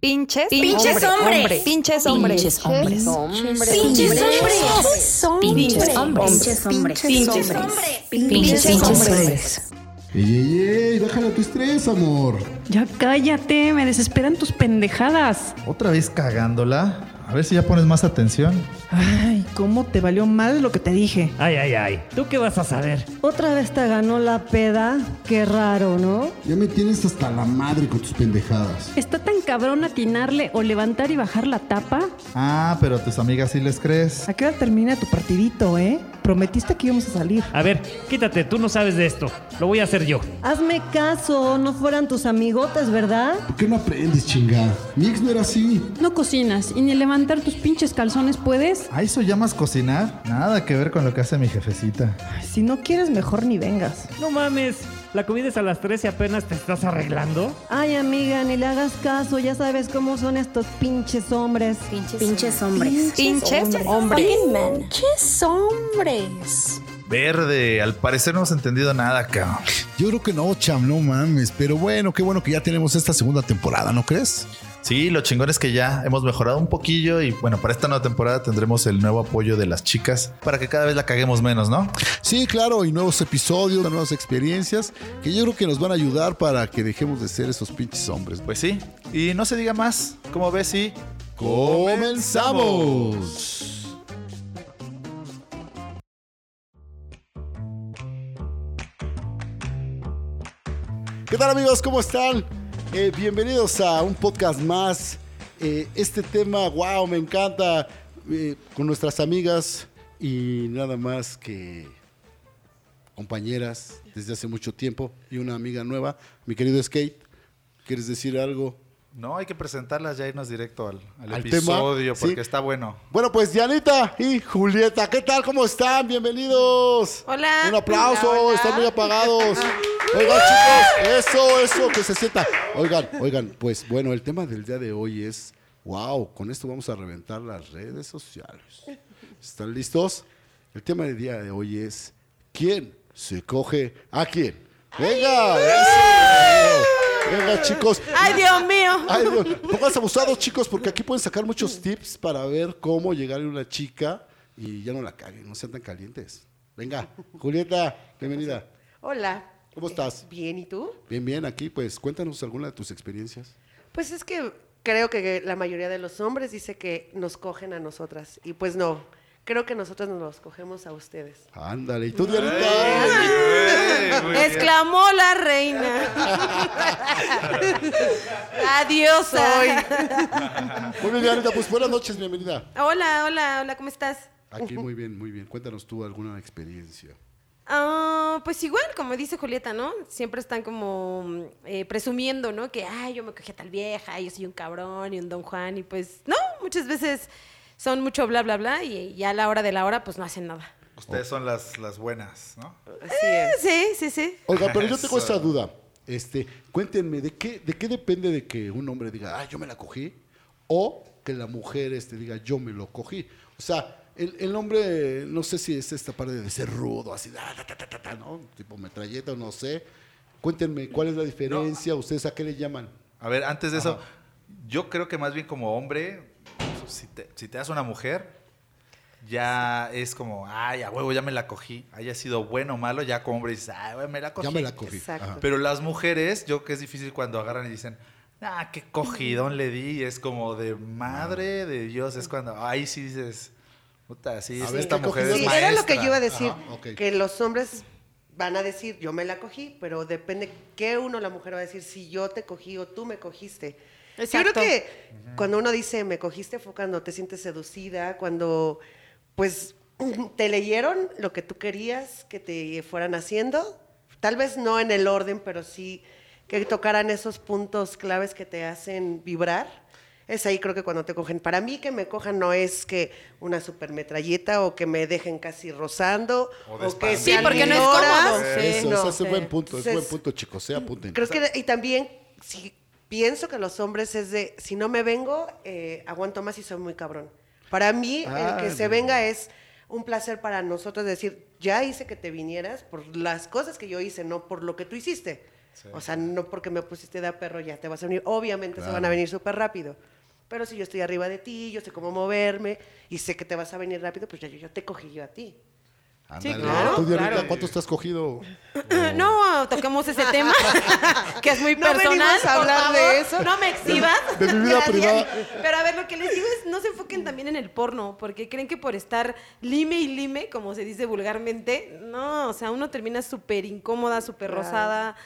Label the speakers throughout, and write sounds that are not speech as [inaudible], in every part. Speaker 1: Pinches,
Speaker 2: Pinches
Speaker 1: hombre,
Speaker 2: hombres.
Speaker 1: hombre, pinches hombres.
Speaker 3: Pinches hombres.
Speaker 2: Pinches
Speaker 3: hombres. Pinches hombres.
Speaker 2: Pinches hombres.
Speaker 4: Pinches
Speaker 2: hombres.
Speaker 3: Pinches hombres.
Speaker 5: Ey, ey, ey, bájale a tu estrés, amor.
Speaker 4: Ya cállate, me desesperan tus pendejadas.
Speaker 6: Otra vez cagándola. A ver si ya pones más atención.
Speaker 4: Ay, ¿cómo te valió mal lo que te dije?
Speaker 7: Ay, ay, ay. ¿Tú qué vas a saber?
Speaker 8: Otra vez te ganó la peda. Qué raro, ¿no?
Speaker 5: Ya me tienes hasta la madre con tus pendejadas.
Speaker 9: ¿Está tan cabrón atinarle o levantar y bajar la tapa?
Speaker 6: Ah, pero a tus amigas sí les crees.
Speaker 4: ¿A qué hora termina tu partidito, eh? Prometiste que íbamos a salir.
Speaker 7: A ver, quítate, tú no sabes de esto. Lo voy a hacer yo.
Speaker 8: Hazme caso, no fueran tus amigotes, ¿verdad?
Speaker 5: ¿Por qué no aprendes, chingada? Mi ex no era así.
Speaker 9: No cocinas y ni levantar tus pinches calzones puedes.
Speaker 6: ¿A eso llamas cocinar? Nada que ver con lo que hace mi jefecita.
Speaker 4: Si no quieres, mejor ni vengas.
Speaker 7: No mames. La comida es a las 3 y apenas te estás arreglando.
Speaker 8: Ay, amiga, ni le hagas caso, ya sabes cómo son estos pinches hombres.
Speaker 2: Pinches hombres.
Speaker 1: Pinches hombres.
Speaker 2: Pinches hombres.
Speaker 6: Verde, al parecer no hemos entendido nada, cabrón.
Speaker 10: Yo creo que no, cham, no mames. Pero bueno, qué bueno que ya tenemos esta segunda temporada, ¿no crees?
Speaker 6: Sí, lo chingón es que ya hemos mejorado un poquillo y bueno, para esta nueva temporada tendremos el nuevo apoyo de las chicas para que cada vez la caguemos menos, ¿no?
Speaker 10: Sí, claro, y nuevos episodios, nuevas experiencias que yo creo que nos van a ayudar para que dejemos de ser esos pinches hombres.
Speaker 6: Pues sí. Y no se diga más. ¿Cómo ves si
Speaker 10: ¡Comenzamos! ¿Qué tal amigos? ¿Cómo están? Eh, bienvenidos a un podcast más. Eh, este tema, wow, me encanta. Eh, con nuestras amigas y nada más que compañeras desde hace mucho tiempo y una amiga nueva. Mi querido Skate, ¿quieres decir algo?
Speaker 6: No, hay que presentarlas ya irnos directo al, al
Speaker 10: Al tema,
Speaker 6: episodio porque
Speaker 10: sí.
Speaker 6: está bueno.
Speaker 10: Bueno, pues Dianita y Julieta, ¿qué tal? ¿Cómo están? Bienvenidos.
Speaker 2: Hola.
Speaker 10: Un aplauso,
Speaker 2: Hola, hola.
Speaker 10: están
Speaker 2: [laughs]
Speaker 10: muy apagados. Oigan, chicos, eso, eso, que se sienta. Oigan, oigan, pues bueno, el tema del día de hoy es, wow, con esto vamos a reventar las redes sociales. ¿Están listos? El tema del día de hoy es, ¿quién se coge a quién? Venga, eso. Venga, chicos.
Speaker 2: Ay, Dios mío.
Speaker 10: Ay, Dios. Pónganse abusados, chicos, porque aquí pueden sacar muchos tips para ver cómo llegarle a una chica y ya no la caguen, no sean tan calientes. Venga, Julieta, bienvenida.
Speaker 11: Hola.
Speaker 10: ¿Cómo estás?
Speaker 11: Bien, ¿y tú?
Speaker 10: Bien, bien, aquí, pues cuéntanos alguna de tus experiencias.
Speaker 11: Pues es que creo que la mayoría de los hombres dice que nos cogen a nosotras. Y pues no, creo que nosotras nos los cogemos a ustedes.
Speaker 10: Ándale, ¿y tú, Dianita?
Speaker 2: Exclamó la
Speaker 11: [laughs]
Speaker 2: reina. Adiós.
Speaker 10: Muy bien, Dianita, pues buenas noches, bienvenida.
Speaker 2: Hola, hola, hola, ¿cómo estás?
Speaker 10: Aquí, muy bien, muy bien. Cuéntanos tú alguna experiencia.
Speaker 2: Ah, pues igual, como dice Julieta, ¿no? Siempre están como eh, presumiendo, ¿no? Que, ay, yo me cogí a tal vieja, yo soy un cabrón y un don Juan, y pues, no, muchas veces son mucho bla, bla, bla, y ya a la hora de la hora, pues no hacen nada.
Speaker 6: Ustedes son las, las buenas, ¿no?
Speaker 11: Así
Speaker 2: Eh,
Speaker 11: es.
Speaker 2: Sí, sí, sí.
Speaker 10: Oiga, pero yo tengo
Speaker 6: Eso.
Speaker 10: esta duda. Este, cuéntenme, ¿de qué, ¿de qué depende de que un hombre diga, ah, yo me la cogí? O que la mujer este, diga, yo me lo cogí. O sea, el, el hombre, no sé si es esta parte de ser rudo, así, "Ah, ta, ta, ta, ta, ta", ¿no? Tipo metralleta o no sé. Cuéntenme, ¿cuál es la diferencia? ¿Ustedes a qué le llaman?
Speaker 6: A ver, antes de eso, yo creo que más bien como hombre, pues, si te, si te das una mujer, ya es como, ay, a huevo, ya me la cogí. Haya sido bueno o malo, ya como hombre dices, ay, güey, me la cogí.
Speaker 10: Ya me la cogí.
Speaker 11: Exacto.
Speaker 10: Ajá.
Speaker 6: Pero las mujeres, yo creo que es difícil cuando agarran y dicen, ah, qué cogidón le di. Es como de madre de Dios. Es cuando, ahí sí dices, puta, sí,
Speaker 10: A
Speaker 6: es-
Speaker 10: ver,
Speaker 6: esta
Speaker 10: ¿qué
Speaker 6: mujer
Speaker 10: cogidón?
Speaker 6: es
Speaker 11: Sí,
Speaker 6: maestra.
Speaker 11: era lo que yo iba a decir,
Speaker 10: Ajá, ok.
Speaker 11: que los hombres van a decir, yo me la cogí, pero depende que uno, la mujer va a decir, si yo te cogí o tú me cogiste. Yo
Speaker 2: Exacto.
Speaker 11: creo que cuando uno dice, me cogiste fue cuando te sientes seducida, cuando pues [clears throat] te leyeron lo que tú querías que te fueran haciendo, tal vez no en el orden, pero sí que tocaran esos puntos claves que te hacen vibrar. Es ahí creo que cuando te cogen. Para mí que me cojan no es que una supermetralleta o que me dejen casi rozando
Speaker 6: O
Speaker 11: o,
Speaker 6: de
Speaker 11: que
Speaker 6: espaldas.
Speaker 2: Sí, porque no es
Speaker 11: horas.
Speaker 2: cómodo. Sí.
Speaker 10: Eso,
Speaker 11: no.
Speaker 10: ese es buen punto, es
Speaker 11: Entonces,
Speaker 10: buen punto, chicos. Se apunten.
Speaker 11: Creo que y también si pienso que los hombres es de si no me vengo eh, aguanto más y soy muy cabrón. Para mí
Speaker 10: Ah,
Speaker 11: el que se
Speaker 10: mira.
Speaker 11: venga es un placer para nosotros decir ya hice que te vinieras por las cosas que yo hice, no por lo que tú hiciste.
Speaker 6: Sí.
Speaker 11: O sea, no porque me pusiste de a perro ya te vas a venir. Obviamente se van a
Speaker 6: Claro.
Speaker 11: venir súper rápido. Pero si yo estoy arriba de ti, yo sé cómo moverme y sé que te vas a venir rápido, pues ya yo, yo te cogí yo a ti.
Speaker 10: Ándale.
Speaker 11: claro,
Speaker 10: Tú, Dianita,
Speaker 11: claro.
Speaker 10: ¿cuánto estás cogido?
Speaker 2: [laughs] No, toquemos ese tema, [laughs] que es muy
Speaker 11: No
Speaker 2: personal.
Speaker 11: venimos a
Speaker 2: por
Speaker 11: hablar
Speaker 2: favor.
Speaker 11: de eso.
Speaker 2: No me exhibas.
Speaker 10: De mi vida
Speaker 2: [laughs] Gracias.
Speaker 10: privada.
Speaker 2: Pero a ver, lo que les digo es, no se enfoquen también en el porno, porque creen que por estar lime y lime, como se dice vulgarmente, no, o sea, uno termina súper incómoda, súper
Speaker 11: Claro.
Speaker 2: rosada.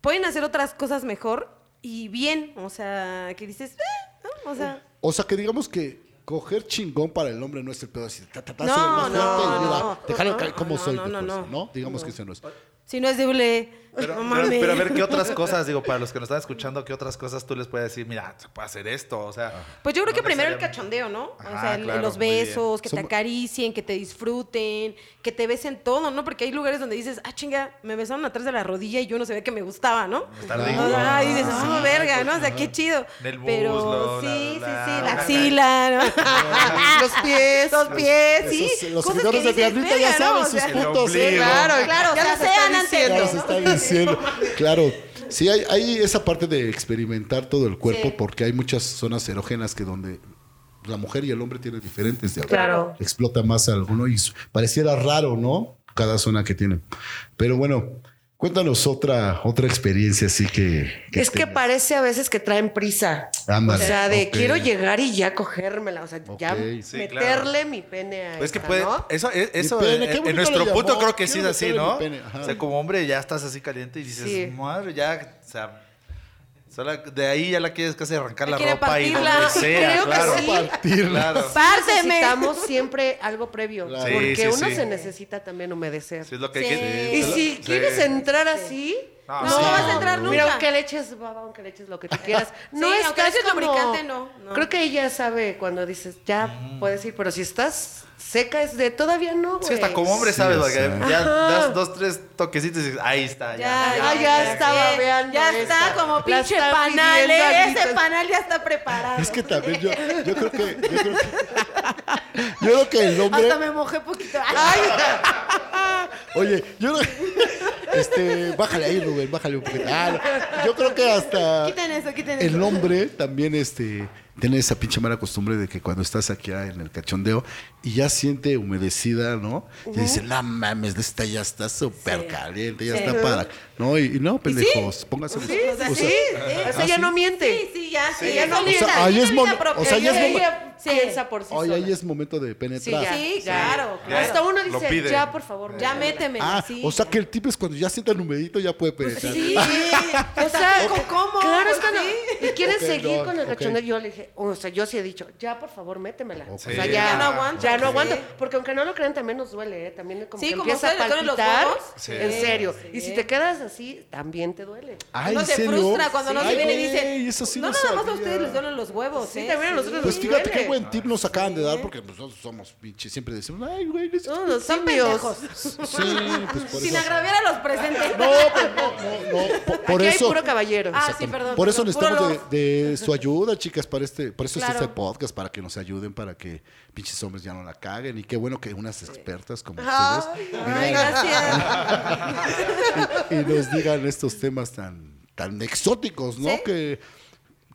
Speaker 2: Pueden hacer otras cosas mejor y bien, o sea, que dices, "Eh", ¿no? O sea,
Speaker 10: O sea, que digamos que coger chingón para el hombre no es el pedo así. Ta, ta, ta,
Speaker 2: No,
Speaker 10: soy el más
Speaker 2: no,
Speaker 10: fuerte y mira,
Speaker 2: no.
Speaker 10: Te jalo ca-
Speaker 2: No,
Speaker 10: como
Speaker 2: no,
Speaker 10: soy.
Speaker 2: no,
Speaker 10: te
Speaker 2: no,
Speaker 10: fuerzo,
Speaker 2: no.
Speaker 10: ¿no? Digamos
Speaker 2: No.
Speaker 10: que eso no es.
Speaker 2: si no es de doble,
Speaker 6: Pero,
Speaker 2: no
Speaker 6: pero-
Speaker 2: mames.
Speaker 6: pero a ver, ¿qué otras cosas? Digo, para los que nos están escuchando, ¿qué otras cosas tú les puedes decir? Mira, se puede hacer esto, o sea...
Speaker 2: Pues yo creo
Speaker 6: no
Speaker 2: que primero el
Speaker 6: necesariamente-
Speaker 2: cachondeo, ¿no? o
Speaker 6: Ajá,
Speaker 2: sea, el-
Speaker 6: claro,
Speaker 2: los
Speaker 6: muy bien. [laughs]
Speaker 2: besos, que
Speaker 10: Som-
Speaker 2: te acaricien, que te disfruten, que te besen todo, ¿no? Porque hay lugares donde dices, ah, chinga, me besaron atrás de la rodilla y yo no sabía que me gustaba, ¿no?
Speaker 6: Está
Speaker 2: O
Speaker 6: rico.
Speaker 2: sea, ah, dices, ah,
Speaker 6: Sí,
Speaker 2: verga,
Speaker 6: pues,
Speaker 2: ¿no? O sea,
Speaker 6: ajá.
Speaker 2: qué chido.
Speaker 6: Del
Speaker 2: Pero
Speaker 6: muslo,
Speaker 2: sí, sí, sí,
Speaker 6: la- la-
Speaker 2: la
Speaker 6: la-
Speaker 2: axila, ¿no?
Speaker 11: Los pies.
Speaker 2: Los pies, [laughs] sí.
Speaker 10: Esos- eh, los
Speaker 2: Cosas
Speaker 10: seguidores
Speaker 2: que
Speaker 10: de
Speaker 2: dices,
Speaker 10: Diablita ya
Speaker 2: "Verga,
Speaker 10: saben
Speaker 2: ¿no? O
Speaker 10: sus
Speaker 2: sea,
Speaker 10: puntos.
Speaker 6: ombligo.
Speaker 11: Claro,
Speaker 2: Claro,
Speaker 11: ya
Speaker 2: o sea,
Speaker 11: nos están
Speaker 2: sean
Speaker 11: diciendo.
Speaker 10: Ya nos
Speaker 2: ¿no?
Speaker 10: está diciendo. Claro. Sí, hay, hay esa parte de experimentar todo el cuerpo
Speaker 2: Sí.
Speaker 10: porque hay muchas zonas erógenas que donde la mujer y el hombre tienen diferentes. de-
Speaker 11: Claro.
Speaker 10: Explota más alguno y su- pareciera raro, ¿no? Cada zona que tienen. Pero bueno, cuéntanos otra, otra experiencia así que...
Speaker 11: es que
Speaker 10: tengas.
Speaker 11: parece a veces que traen prisa.
Speaker 10: Ándale,
Speaker 11: o sea, de
Speaker 10: ok.
Speaker 11: quiero llegar y ya cogérmela. O sea, ya
Speaker 10: Ok,
Speaker 6: sí,
Speaker 11: meterle mi pene a
Speaker 6: Pues Es que
Speaker 11: esta,
Speaker 6: puede.
Speaker 11: ¿no?
Speaker 6: Eso, es- eso
Speaker 10: pene,
Speaker 6: en-
Speaker 10: qué
Speaker 6: en,
Speaker 10: bonito
Speaker 6: nuestro
Speaker 10: le
Speaker 6: punto
Speaker 10: llamó,
Speaker 6: creo que sí es
Speaker 10: quiero
Speaker 6: así,
Speaker 10: meterle
Speaker 6: ¿no?
Speaker 10: mi pene, ajá.
Speaker 6: O sea, como hombre ya estás así caliente y dices,
Speaker 11: Sí.
Speaker 6: madre, ya. O sea, solo de ahí ya la quieres casi arrancar
Speaker 2: Ya
Speaker 6: la
Speaker 2: quiere
Speaker 6: ropa y
Speaker 2: partirla.
Speaker 6: donde sea,
Speaker 11: Creo que
Speaker 6: claro.
Speaker 11: Pues sí.
Speaker 10: Partirla.
Speaker 6: Claro.
Speaker 2: Párteme.
Speaker 11: Necesitamos siempre algo previo.
Speaker 10: Claro. Sí,
Speaker 11: Porque
Speaker 6: sí,
Speaker 11: uno
Speaker 6: sí.
Speaker 11: se necesita también humedecer.
Speaker 6: Sí, es lo que
Speaker 2: Sí.
Speaker 6: que-
Speaker 11: Y
Speaker 6: sí.
Speaker 11: si
Speaker 6: Sí.
Speaker 11: quieres entrar así,
Speaker 6: No,
Speaker 2: No,
Speaker 6: sí.
Speaker 2: vas a entrar nunca.
Speaker 11: Mira, aunque le eches baba, aunque le eches lo que tú quieras. No
Speaker 2: Sí,
Speaker 11: estás
Speaker 2: aunque le eches
Speaker 11: como-
Speaker 2: lubricante, no, no.
Speaker 11: Creo que ella sabe cuando dices, ya
Speaker 6: Mm.
Speaker 11: puedes ir, pero si estás seca es de todavía no,
Speaker 6: Sí, hasta
Speaker 2: Pues.
Speaker 11: güey".
Speaker 6: como hombre
Speaker 10: Sí,
Speaker 6: sabes,
Speaker 10: o
Speaker 6: porque
Speaker 10: sea.
Speaker 6: ya
Speaker 11: Ajá.
Speaker 6: das dos, tres toquecitos y dices, ahí está, ya.
Speaker 11: ya, ya
Speaker 2: ya,
Speaker 11: está babeando
Speaker 2: Ya
Speaker 11: esta.
Speaker 2: está como
Speaker 11: La
Speaker 2: pinche
Speaker 11: está
Speaker 2: panal,
Speaker 11: pidiendo a
Speaker 2: ¿eh? Ese
Speaker 11: gritos.
Speaker 2: panal ya está preparado.
Speaker 10: Es que también yo, yo creo que... Yo creo que, yo creo que el hombre...
Speaker 2: Hasta me mojé poquito. Ay,
Speaker 10: Oye, yo no- Este, bájale ahí, Rubén, bájale un poquito. Ah, no. Yo creo que hasta.
Speaker 2: quiten eso, quiten eso.
Speaker 10: El hombre también este, tiene esa pinche mala costumbre de que cuando estás aquí ah, en el cachondeo y ya siente humedecida, ¿no? Y dice, no mames, esta ya está súper caliente, ya está para. No, y, y no, pendejos, pónganse.
Speaker 2: Sí, o sea, sí,
Speaker 11: O
Speaker 10: o sea,
Speaker 2: sí.
Speaker 6: ¿Ah,
Speaker 11: sea, ella no miente.
Speaker 2: Sí, sí, ya.
Speaker 6: Sí.
Speaker 2: Ella no
Speaker 6: O
Speaker 10: sea,
Speaker 2: piensa,
Speaker 10: ahí
Speaker 2: ella
Speaker 10: es
Speaker 2: no
Speaker 10: momen-
Speaker 2: piensa
Speaker 10: o sea, ya es
Speaker 2: propia.
Speaker 10: momen-
Speaker 11: Ella piensa por sí
Speaker 10: Oye,
Speaker 11: sola.
Speaker 10: ahí es momento de
Speaker 11: Sí,
Speaker 10: penetrar.
Speaker 11: ya,
Speaker 2: Sí,
Speaker 11: ya.
Speaker 2: claro, claro.
Speaker 11: Hasta uno
Speaker 6: Lo
Speaker 11: dice,
Speaker 6: pide.
Speaker 11: ya, por favor.
Speaker 2: Ya
Speaker 11: güey".
Speaker 2: méteme.
Speaker 10: Ah,
Speaker 2: sí.
Speaker 10: o sea que el tipo es cuando ya siente el humedito ya puede penetrar.
Speaker 2: Pues,
Speaker 10: [laughs]
Speaker 2: Sí, o sea, ¿con ¿cómo?
Speaker 11: Claro,
Speaker 2: Pues
Speaker 11: es cuando.
Speaker 2: sí.
Speaker 11: Y quieren
Speaker 10: Ok,
Speaker 11: seguir
Speaker 10: no,
Speaker 11: con el
Speaker 10: ok.
Speaker 11: cachondeo. Yo le dije, o sea, yo sí he dicho, ya por favor, métemela. O sea,
Speaker 6: Sí.
Speaker 11: ya,
Speaker 6: Ya
Speaker 11: no
Speaker 6: no
Speaker 11: aguanto.
Speaker 6: aguanto.
Speaker 11: Ya no aguanto.
Speaker 2: Sí.
Speaker 11: Porque aunque no lo crean, también nos duele, ¿eh? También como
Speaker 2: Sí,
Speaker 11: que
Speaker 2: como
Speaker 11: empieza a
Speaker 2: ustedes le duelen los
Speaker 11: palpitar.
Speaker 2: huevos.
Speaker 6: Sí.
Speaker 11: En serio.
Speaker 2: Sí.
Speaker 11: Y si te quedas así, también te duele.
Speaker 10: Ay,
Speaker 2: Uno
Speaker 10: ¿en
Speaker 2: se
Speaker 10: serio?
Speaker 2: frustra cuando no
Speaker 10: Sí.
Speaker 2: se viene y
Speaker 10: Ay, güey,
Speaker 2: dice.
Speaker 10: eso sí
Speaker 2: no,
Speaker 10: no
Speaker 2: nada más a
Speaker 10: sabía.
Speaker 2: ustedes les duelen los huevos.
Speaker 11: Sí,
Speaker 2: ¿eh?
Speaker 11: también a nosotros
Speaker 10: Pues
Speaker 11: Sí,
Speaker 10: fíjate
Speaker 11: duele.
Speaker 10: qué buen tip nos acaban de dar porque pues, nosotros somos pinches. Siempre decimos, ay, güey, necesito.
Speaker 11: No, los
Speaker 2: Son
Speaker 11: simios.
Speaker 2: pendejos.
Speaker 10: Sí, pues
Speaker 2: [laughs]
Speaker 10: por
Speaker 2: Sin
Speaker 10: eso.
Speaker 2: agraviar a los presentes.
Speaker 10: No, pues, no, no, no. Por, por
Speaker 11: Aquí
Speaker 10: eso.
Speaker 11: hay puro caballero.
Speaker 2: Ah, sí, perdón.
Speaker 10: Por eso
Speaker 2: perdón, puro
Speaker 10: necesitamos
Speaker 2: olor.
Speaker 10: de,
Speaker 2: [laughs]
Speaker 10: de su ayuda, chicas, para este, por eso es
Speaker 2: Claro.
Speaker 10: este podcast, para que nos ayuden, para que pinches hombres ya no la caguen. Y qué bueno que unas expertas como
Speaker 11: Ay,
Speaker 10: ustedes
Speaker 2: Ay, gracias.
Speaker 10: [laughs] y nos digan estos temas tan, tan exóticos, ¿no?
Speaker 2: Sí.
Speaker 10: Que,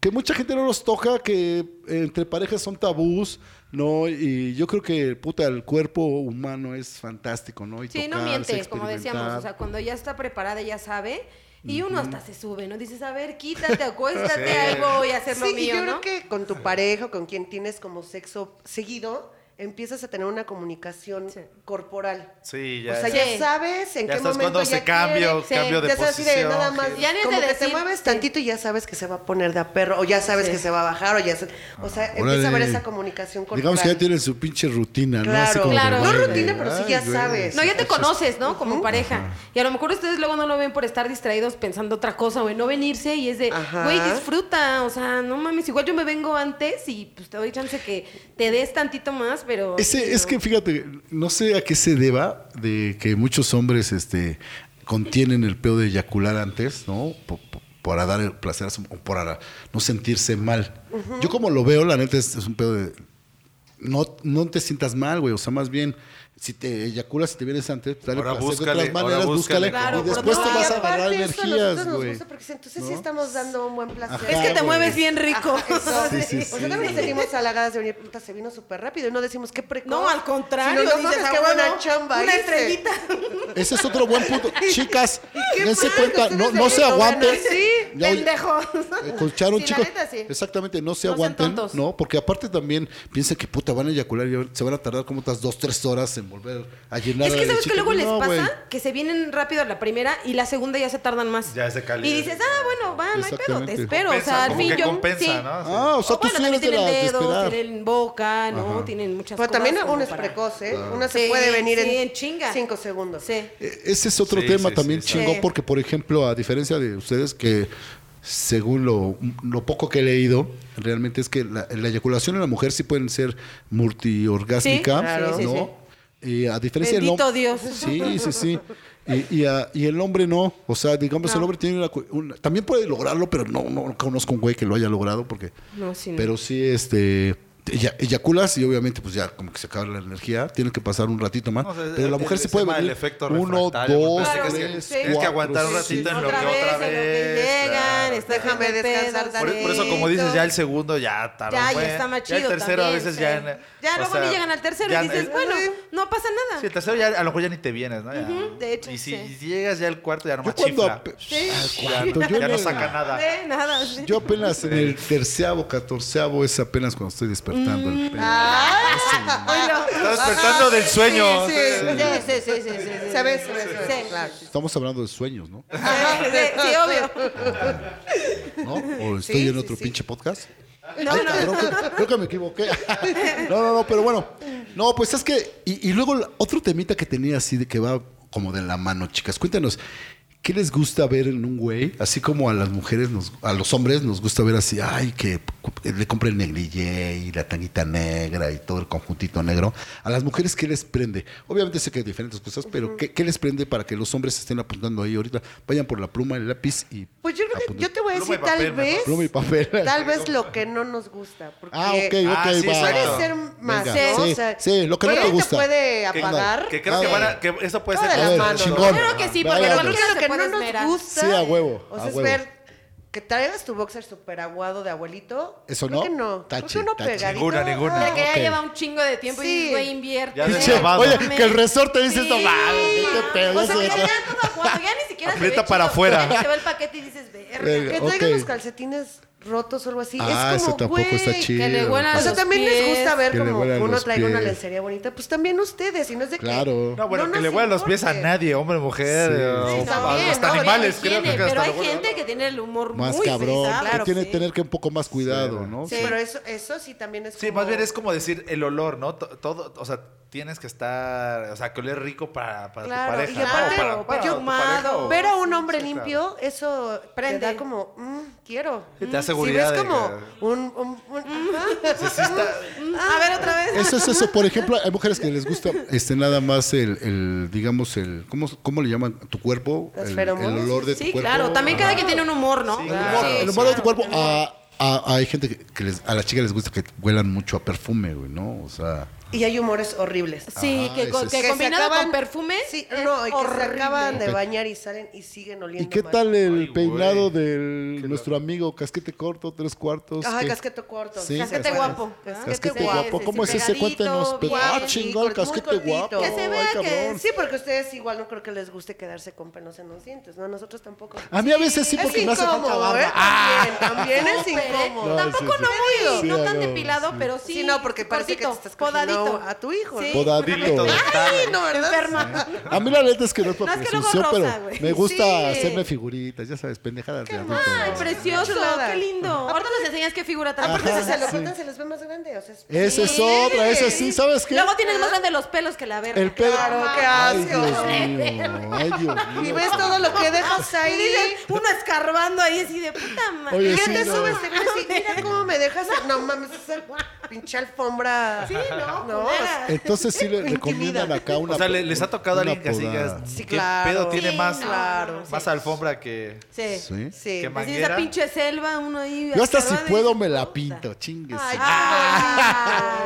Speaker 10: que mucha gente no los toca, que entre parejas son tabús, ¿no? Y yo creo que, puta, el cuerpo humano es fantástico, ¿no? Y
Speaker 2: Sí, no
Speaker 10: tocarse,
Speaker 2: miente, como decíamos. O sea,
Speaker 10: experimentar.
Speaker 2: cuando ya está preparada, ya sabe. Y uno hasta se sube, ¿no? Dices, a ver,
Speaker 10: [laughs]
Speaker 2: quítate, acuéstate, ahí voy a hacer lo
Speaker 11: Sí, y
Speaker 2: mío,
Speaker 11: yo
Speaker 2: ¿no?
Speaker 11: creo que con tu pareja o con quien tienes como sexo seguido, empiezas a tener una comunicación
Speaker 2: Sí.
Speaker 11: corporal.
Speaker 6: Sí,
Speaker 11: O
Speaker 6: ya.
Speaker 11: sea,
Speaker 2: Sí.
Speaker 11: ya sabes en
Speaker 6: Ya
Speaker 11: qué
Speaker 6: sabes
Speaker 11: momento
Speaker 6: cuando
Speaker 11: ya
Speaker 6: se cambia o
Speaker 11: quiere.
Speaker 6: cambio de
Speaker 11: ya sabes, así de
Speaker 6: posición,
Speaker 11: nada más.
Speaker 6: que-
Speaker 2: Ya ni
Speaker 11: como
Speaker 2: de
Speaker 11: que te
Speaker 2: decir,
Speaker 11: mueves
Speaker 2: sí.
Speaker 11: tantito y ya sabes que se va a poner de a perro o ya sabes
Speaker 2: Sí.
Speaker 11: que se va a bajar o ya se- o sea, empieza a haber
Speaker 10: Ah, Órale.
Speaker 11: esa comunicación corporal.
Speaker 10: Digamos que ya tienen su pinche rutina, ¿no?
Speaker 11: Claro,
Speaker 10: como
Speaker 2: claro.
Speaker 10: de,
Speaker 2: No
Speaker 10: güey,
Speaker 11: rutina, pero sí ya
Speaker 10: güey,
Speaker 11: sabes.
Speaker 2: No, ya te
Speaker 10: entonces,
Speaker 2: conoces, ¿no? Como pareja. Y a lo mejor ustedes luego no lo ven por estar distraídos pensando otra cosa o en no venirse y es de,
Speaker 11: Ajá.
Speaker 2: güey, disfruta. O sea, no mames, igual yo me vengo antes y pues te doy chance que te des tantito más, pero...
Speaker 10: Ese, es que fíjate, no sé a qué se deba de que muchos hombres este, contienen el pedo de eyacular antes, ¿no? Po- po- para dar el placer a su- o para no sentirse mal. Yo como lo veo, la neta es, es un pedo de... No, no te sientas mal, güey. O sea, más bien Si te eyaculas, si te vienes antes, dale
Speaker 6: Ahora
Speaker 10: placer
Speaker 6: búscale,
Speaker 10: de otras
Speaker 6: ahora
Speaker 10: maneras,
Speaker 6: búscale.
Speaker 10: búscale.
Speaker 6: Claro,
Speaker 10: y después te
Speaker 11: porque
Speaker 10: vas a
Speaker 11: aparte
Speaker 10: agarrar
Speaker 11: eso nosotros
Speaker 10: energías,
Speaker 11: nos
Speaker 10: güey.
Speaker 11: gusta porque entonces sí
Speaker 10: ¿No?
Speaker 11: estamos dando un buen placer.
Speaker 10: Ajá, Es que te güey. mueves
Speaker 2: bien rico. [laughs]
Speaker 11: Ajá,
Speaker 10: Sí,
Speaker 11: eso.
Speaker 10: sí, sí.
Speaker 11: Nosotros nos sentimos halagadas de venir, puta, se vino súper rápido y no decimos qué precoz.
Speaker 2: No, al contrario,
Speaker 11: Sino, no
Speaker 2: dices,
Speaker 11: mames,
Speaker 2: "Ah,
Speaker 11: qué buena
Speaker 2: bueno,
Speaker 11: chamba.
Speaker 2: una
Speaker 11: hice".
Speaker 2: estrellita.
Speaker 10: Ese es otro buen
Speaker 2: [laughs]
Speaker 10: punto. Chicas,
Speaker 11: qué
Speaker 10: dense
Speaker 11: mal,
Speaker 10: cuenta, no,
Speaker 11: ustedes
Speaker 10: no se
Speaker 11: dijeron,
Speaker 10: aguanten.
Speaker 11: bueno, sí,
Speaker 10: Ya, oye,
Speaker 11: pendejos.
Speaker 10: Escucharon,
Speaker 11: Sí, la
Speaker 10: chicos.
Speaker 11: neta, sí.
Speaker 10: Exactamente, no
Speaker 11: No
Speaker 10: se
Speaker 11: sean
Speaker 10: aguanten.
Speaker 11: tontos.
Speaker 10: No, porque aparte también piensan que puta van a eyacular y se van a tardar como otras dos, tres horas en volver a llenar
Speaker 2: Es
Speaker 10: la
Speaker 2: que sabes que
Speaker 10: chica.
Speaker 2: luego les
Speaker 10: No,
Speaker 2: pasa
Speaker 10: güey.
Speaker 2: que se vienen rápido a la primera y la segunda ya se tardan más.
Speaker 6: Ya se calienta.
Speaker 2: Y dices, ah, bueno, va, no hay pedo, te
Speaker 10: Exactamente.
Speaker 2: espero.
Speaker 6: Compensa,
Speaker 2: o sea, al
Speaker 6: como
Speaker 2: fin
Speaker 6: que
Speaker 2: yo.
Speaker 6: compensa,
Speaker 2: sí.
Speaker 6: ¿no? Así.
Speaker 10: Ah, o sea,
Speaker 2: O
Speaker 10: tú
Speaker 2: bueno,
Speaker 10: sí
Speaker 2: también
Speaker 10: eres de
Speaker 2: tienen
Speaker 10: las de
Speaker 2: dedos,
Speaker 10: esperar.
Speaker 2: tienen boca, ¿no?
Speaker 10: Ajá.
Speaker 2: Tienen muchas
Speaker 11: Pero
Speaker 2: cosas.
Speaker 11: también
Speaker 2: como
Speaker 11: uno es
Speaker 2: para-
Speaker 11: precoz, ¿eh? Uno
Speaker 2: Sí,
Speaker 11: se puede venir
Speaker 2: sí,
Speaker 11: en
Speaker 2: en chinga.
Speaker 11: cinco segundos.
Speaker 2: Sí.
Speaker 10: E- Ese es otro
Speaker 6: Sí,
Speaker 10: tema
Speaker 6: sí,
Speaker 10: también
Speaker 6: sí, sí.
Speaker 10: chingón,
Speaker 2: Sí.
Speaker 10: porque, por ejemplo, a diferencia de ustedes, que según lo, lo poco que he leído, realmente es que la, la eyaculación en la mujer sí pueden ser multiorgásmica,
Speaker 2: Sí, claro. Sí, sí,
Speaker 10: ¿no? Y a diferencia del
Speaker 2: Bendito
Speaker 10: hom-
Speaker 2: Dios.
Speaker 10: Sí, sí, sí. Y, y a- y el hombre no. O sea, digamos, el hombre tiene una, cu- una- También puede lograrlo, pero no, no conozco un güey que lo haya logrado porque...
Speaker 2: No, sí, no.
Speaker 10: Pero sí, este... ella- Eyaculas y obviamente pues ya como que se acaba la energía, tiene que pasar un ratito más. [laughs]
Speaker 6: No, o sea,
Speaker 10: pero la
Speaker 6: el-
Speaker 10: mujer sí
Speaker 6: ese
Speaker 10: puede
Speaker 6: tema del
Speaker 10: venir
Speaker 6: efecto
Speaker 10: uno,
Speaker 6: refractario, me
Speaker 10: dos,
Speaker 6: parece que es que-
Speaker 10: tres,
Speaker 6: tienes que aguantar un
Speaker 10: cuatro,
Speaker 6: ratito en
Speaker 10: cinco.
Speaker 6: lo que otra
Speaker 2: en lo que
Speaker 6: vez,
Speaker 2: llegan,
Speaker 6: claro.
Speaker 2: está
Speaker 11: Déjame
Speaker 2: haciendo
Speaker 11: descansar
Speaker 10: Ah,
Speaker 2: pedos,
Speaker 6: Por, e-, por eso, como dices, ya el segundo ya tarda.
Speaker 2: Ya,
Speaker 6: un buen.
Speaker 2: ya está más
Speaker 6: Ya
Speaker 2: chido.
Speaker 6: el tercero
Speaker 2: también,
Speaker 6: a veces
Speaker 2: sí.
Speaker 6: ya. en-
Speaker 2: Ya
Speaker 6: o
Speaker 2: luego
Speaker 6: sea,
Speaker 2: ni llegan al tercero
Speaker 6: ya-
Speaker 2: y dices,
Speaker 6: el-
Speaker 2: bueno, no pasa nada.
Speaker 6: Sí, el tercero ya a lo mejor ya ni te vienes, ¿no? Ya.
Speaker 2: Ujú, de hecho,
Speaker 6: y si
Speaker 2: sí.
Speaker 6: y llegas ya al cuarto, ya no
Speaker 10: Yo
Speaker 6: más
Speaker 10: cuando
Speaker 6: chifla.
Speaker 10: ape- Ah,
Speaker 6: Ya,
Speaker 10: cuando yo
Speaker 6: ya
Speaker 10: en
Speaker 6: no
Speaker 10: el-
Speaker 6: saca nada.
Speaker 2: Sí,
Speaker 6: [laughs]
Speaker 2: nada. sí.
Speaker 10: Yo apenas en el terceavo, catorceavo es apenas cuando estoy despertando el pene.
Speaker 6: Está despertando del sueño.
Speaker 11: Ah, Sí,
Speaker 2: Sí, sí, sí, sí, sí, sí.
Speaker 11: Se ve, se ve, se ve,
Speaker 2: Sí.
Speaker 11: claro.
Speaker 10: Estamos hablando de sueños, ¿no?
Speaker 2: Sí,
Speaker 11: [laughs]
Speaker 2: sí, obvio.
Speaker 10: ¿No? ¿O estoy
Speaker 11: Sí,
Speaker 10: en
Speaker 11: sí,
Speaker 10: otro
Speaker 11: sí.
Speaker 10: pinche podcast?
Speaker 2: No,
Speaker 10: Ay,
Speaker 2: no.
Speaker 10: cabrón, creo, creo que me equivoqué. no, no, no, pero bueno. No, pues es que. Y, y luego la- otro temita que tenía así de que va como de la mano, chicas. Cuéntanos, ¿qué les gusta ver en un güey? Así como a las mujeres, nos- a los hombres nos gusta ver así, ay, que le compre el negligé y la tanguita negra y todo el conjuntito negro. A las mujeres, ¿qué les prende? Obviamente sé que hay diferentes cosas, pero ¿qué, qué les prende para que los hombres estén apuntando ahí ahorita? Vayan por la pluma, el lápiz y.
Speaker 11: Pues yo creo que
Speaker 10: apunten.
Speaker 11: yo te voy a
Speaker 6: Pluma y
Speaker 11: decir
Speaker 6: papel,
Speaker 11: tal
Speaker 6: mejor.
Speaker 11: vez,
Speaker 10: Pluma y papel.
Speaker 11: tal vez lo que no nos gusta. Porque
Speaker 10: [laughs] Ah, ok, ok,
Speaker 6: Ah, sí,
Speaker 10: va.
Speaker 6: exacto.
Speaker 11: Puede ser más,
Speaker 10: Venga,
Speaker 11: ¿no?
Speaker 10: sí,
Speaker 11: O sea,
Speaker 10: sí, lo que no
Speaker 11: puede
Speaker 10: te gusta.
Speaker 11: puede
Speaker 6: Que-
Speaker 11: apagar.
Speaker 6: Que creo
Speaker 10: Ah,
Speaker 6: que van a.
Speaker 10: ok.
Speaker 6: Que eso puede
Speaker 11: Todo
Speaker 6: ser.
Speaker 11: de la
Speaker 10: A ver,
Speaker 11: mano, ¿no?
Speaker 10: chingón.
Speaker 2: Creo que sí, porque
Speaker 10: Váyanlo.
Speaker 2: igual
Speaker 11: Creo que lo
Speaker 2: se
Speaker 11: que
Speaker 2: puede
Speaker 11: no nos
Speaker 2: esmerar.
Speaker 11: gusta.
Speaker 10: Sí, a huevo,
Speaker 11: O
Speaker 10: a
Speaker 11: sea, es
Speaker 10: huevo.
Speaker 11: ver que traigas tu boxer super aguado de abuelito.
Speaker 10: Eso
Speaker 11: Creo
Speaker 10: no.
Speaker 11: que no.
Speaker 10: Tache,
Speaker 11: Creo que uno
Speaker 10: tache.
Speaker 11: pegadito.
Speaker 6: Ninguna, ninguna.
Speaker 2: De que ya
Speaker 10: Ok.
Speaker 2: lleva un chingo de tiempo y
Speaker 11: Sí.
Speaker 2: dices, güey, invierte.
Speaker 6: Ya
Speaker 10: Pinche,
Speaker 6: lavado.
Speaker 10: oye,
Speaker 2: Mames.
Speaker 10: que el resorte dice
Speaker 2: Sí.
Speaker 10: esto, qué pedo.
Speaker 2: O sea,
Speaker 10: eso
Speaker 2: que ya,
Speaker 10: no".
Speaker 2: todo aguado, ya ni siquiera se ve
Speaker 6: Aprieta
Speaker 2: chido.
Speaker 6: para afuera.
Speaker 2: Ya Se ve el paquete y dices, verga.
Speaker 10: Venga.
Speaker 11: Que traigan
Speaker 10: Eh, Ok.
Speaker 11: los calcetines rotos o algo así.
Speaker 10: Ah,
Speaker 11: es como,
Speaker 10: eso tampoco está
Speaker 11: güey,
Speaker 10: chido.
Speaker 2: que le huela
Speaker 11: O sea,
Speaker 2: Los
Speaker 11: también les
Speaker 2: pies.
Speaker 11: gusta ver
Speaker 10: Que le
Speaker 11: como
Speaker 10: huelan
Speaker 11: uno
Speaker 10: los
Speaker 11: traiga una
Speaker 10: pies.
Speaker 11: lencería bonita. Pues también ustedes, y no es de que-
Speaker 10: Claro.
Speaker 6: No, bueno,
Speaker 11: No
Speaker 6: que
Speaker 11: nos
Speaker 6: le huelan los pies a
Speaker 11: importe.
Speaker 6: nadie, hombre, mujer,
Speaker 10: Sí.
Speaker 6: o
Speaker 10: Sí,
Speaker 6: a-
Speaker 11: también,
Speaker 6: hasta
Speaker 11: ¿no?
Speaker 6: animales,
Speaker 2: Tiene,
Speaker 6: creo que
Speaker 2: pero
Speaker 6: hasta
Speaker 2: hay
Speaker 6: lo huelen.
Speaker 2: gente que tiene el humor
Speaker 10: Más
Speaker 2: muy
Speaker 10: cabrón.
Speaker 2: frisado,
Speaker 10: que
Speaker 2: claro,
Speaker 10: tiene
Speaker 2: sí.
Speaker 10: tener que un poco más cuidado, ¿no?
Speaker 11: Sí, pero eso, eso sí también es
Speaker 6: Sí,
Speaker 11: como-
Speaker 6: más bien es como decir el olor, ¿no? To- Todo, o sea, tienes que estar, o sea, que oler rico para, para
Speaker 11: Claro,
Speaker 6: tu
Speaker 11: y
Speaker 6: pareja.
Speaker 11: aparte,
Speaker 6: ¿no? para, para
Speaker 11: yo-
Speaker 6: tu pareja o-
Speaker 11: Ver a un hombre
Speaker 6: Sí, claro.
Speaker 11: limpio, eso prende.
Speaker 2: Prende.
Speaker 11: Te da como, mm, quiero.
Speaker 6: Sí, te da
Speaker 11: Mm.
Speaker 6: seguridad
Speaker 11: Si
Speaker 6: de
Speaker 11: ves como
Speaker 6: que-
Speaker 11: un... un- un- ajá. [laughs]
Speaker 2: Mm, A ver, otra vez.
Speaker 10: Eso es eso. Por ejemplo, hay mujeres que les gusta este nada más el, el digamos, el. ¿cómo, ¿Cómo le llaman? Tu cuerpo.
Speaker 11: Los
Speaker 10: El, el
Speaker 11: feromonas.
Speaker 10: olor de tu
Speaker 2: Sí,
Speaker 10: cuerpo. Ah,
Speaker 2: claro. También cada quien tiene un humor, ¿no?
Speaker 6: Sí,
Speaker 2: Sí,
Speaker 6: claro.
Speaker 2: sí,
Speaker 10: El humor de tu cuerpo. a- a- hay gente que, que les- a las chicas les gusta que huelan mucho a perfume, güey, ¿no? O sea.
Speaker 11: Y hay humores horribles.
Speaker 2: Sí,
Speaker 10: Ajá,
Speaker 2: que, co-
Speaker 10: ese es-
Speaker 2: que
Speaker 11: se
Speaker 2: combinado
Speaker 11: acaban-
Speaker 2: con perfume.
Speaker 11: Sí, no, y que se acaban de
Speaker 10: Ok.
Speaker 11: bañar y salen y siguen oliendo
Speaker 10: ¿Y qué
Speaker 11: mal.
Speaker 10: tal el
Speaker 6: Ay, güey.
Speaker 10: peinado del nuestro amigo Casquete Corto, tres cuartos?
Speaker 11: Ajá,
Speaker 10: que-
Speaker 11: casquete corto.
Speaker 10: Sí,
Speaker 2: Casquete
Speaker 10: casquete-
Speaker 2: guapo.
Speaker 11: casquete
Speaker 10: Casquete
Speaker 11: guapo.
Speaker 10: guapo. ¿Cómo es ese?
Speaker 2: Pegadito,
Speaker 10: Cuéntanos. pe-
Speaker 2: bien,
Speaker 10: Ah,
Speaker 11: sí,
Speaker 10: chingón,
Speaker 11: cort-
Speaker 10: casquete
Speaker 11: muy cortito.
Speaker 10: guapo.
Speaker 11: Que se
Speaker 10: Ay,
Speaker 2: vea que
Speaker 10: cabrón.
Speaker 11: Sí, porque ustedes igual no creo que les guste quedarse con pelos en los dientes, ¿no? A nosotros tampoco.
Speaker 10: A mí a veces sí,
Speaker 11: es
Speaker 10: porque me hace falta
Speaker 11: incómodo,
Speaker 10: barba.
Speaker 11: ¿eh? También, también es
Speaker 2: Súper, ¿eh?
Speaker 11: incómodo.
Speaker 10: No,
Speaker 2: Tampoco
Speaker 10: sí, sí.
Speaker 2: no muy,
Speaker 10: Sí,
Speaker 2: no
Speaker 10: a
Speaker 2: tan
Speaker 10: huevo,
Speaker 2: depilado, pero sí.
Speaker 11: Sí, no, porque parece que te estás cogiendo
Speaker 2: podadito.
Speaker 11: a tu hijo, ¿no?
Speaker 10: Podadito.
Speaker 11: Ay, no, ¿verdad?
Speaker 2: Enferma.
Speaker 10: A mí la neta es que no es por
Speaker 2: No, es que luego
Speaker 10: presunción, pero
Speaker 2: rosa, güey.
Speaker 10: me gusta
Speaker 11: Sí.
Speaker 10: hacerme figuritas, ya sabes, pendejadas de adulto.
Speaker 2: Ay, precioso,
Speaker 11: Chulada.
Speaker 2: qué lindo. Ahorita nos enseñas qué figura tan
Speaker 11: Aparte,
Speaker 10: Ajá,
Speaker 11: si se lo
Speaker 10: sí.
Speaker 11: cortan, se les ve más grande. O sea, es...
Speaker 10: Esa es
Speaker 2: Sí.
Speaker 10: otra, esa sí, ¿sabes qué?
Speaker 2: Luego tienes más grande los pelos que la verga.
Speaker 10: El pedo.
Speaker 11: Claro, qué
Speaker 10: Ay,
Speaker 11: asco.
Speaker 10: Dios mío. Ay, Dios
Speaker 11: Y
Speaker 10: mío.
Speaker 11: ves todo lo que dejas
Speaker 2: Y
Speaker 11: ahí.
Speaker 2: dices, uno escarbando ahí así de puta madre.
Speaker 10: Ah. Oye,
Speaker 11: Y ya
Speaker 10: sí,
Speaker 11: te
Speaker 10: no.
Speaker 11: subes y ves y mira cómo me dejas. No mames, es el- pinche alfombra.
Speaker 2: Sí, no,
Speaker 11: No,
Speaker 2: culera.
Speaker 10: Entonces sí le
Speaker 11: Intimida.
Speaker 10: recomiendan acá una.
Speaker 6: O sea, le- les ha tocado a
Speaker 10: una
Speaker 6: alguien que así
Speaker 10: podada.
Speaker 6: digas,
Speaker 11: Sí,
Speaker 6: ¿qué
Speaker 11: claro.
Speaker 6: pedo tiene
Speaker 11: Sí,
Speaker 6: más,
Speaker 11: claro,
Speaker 6: más alfombra que...
Speaker 2: Sí.
Speaker 10: ¿Sí?
Speaker 11: Sí.
Speaker 6: ¿Qué
Speaker 2: Así
Speaker 6: manguera?
Speaker 2: esa pinche selva, uno ahí.
Speaker 10: Yo hasta si
Speaker 2: acabado de-
Speaker 10: puedo me la pinto, chingues.
Speaker 11: Ay,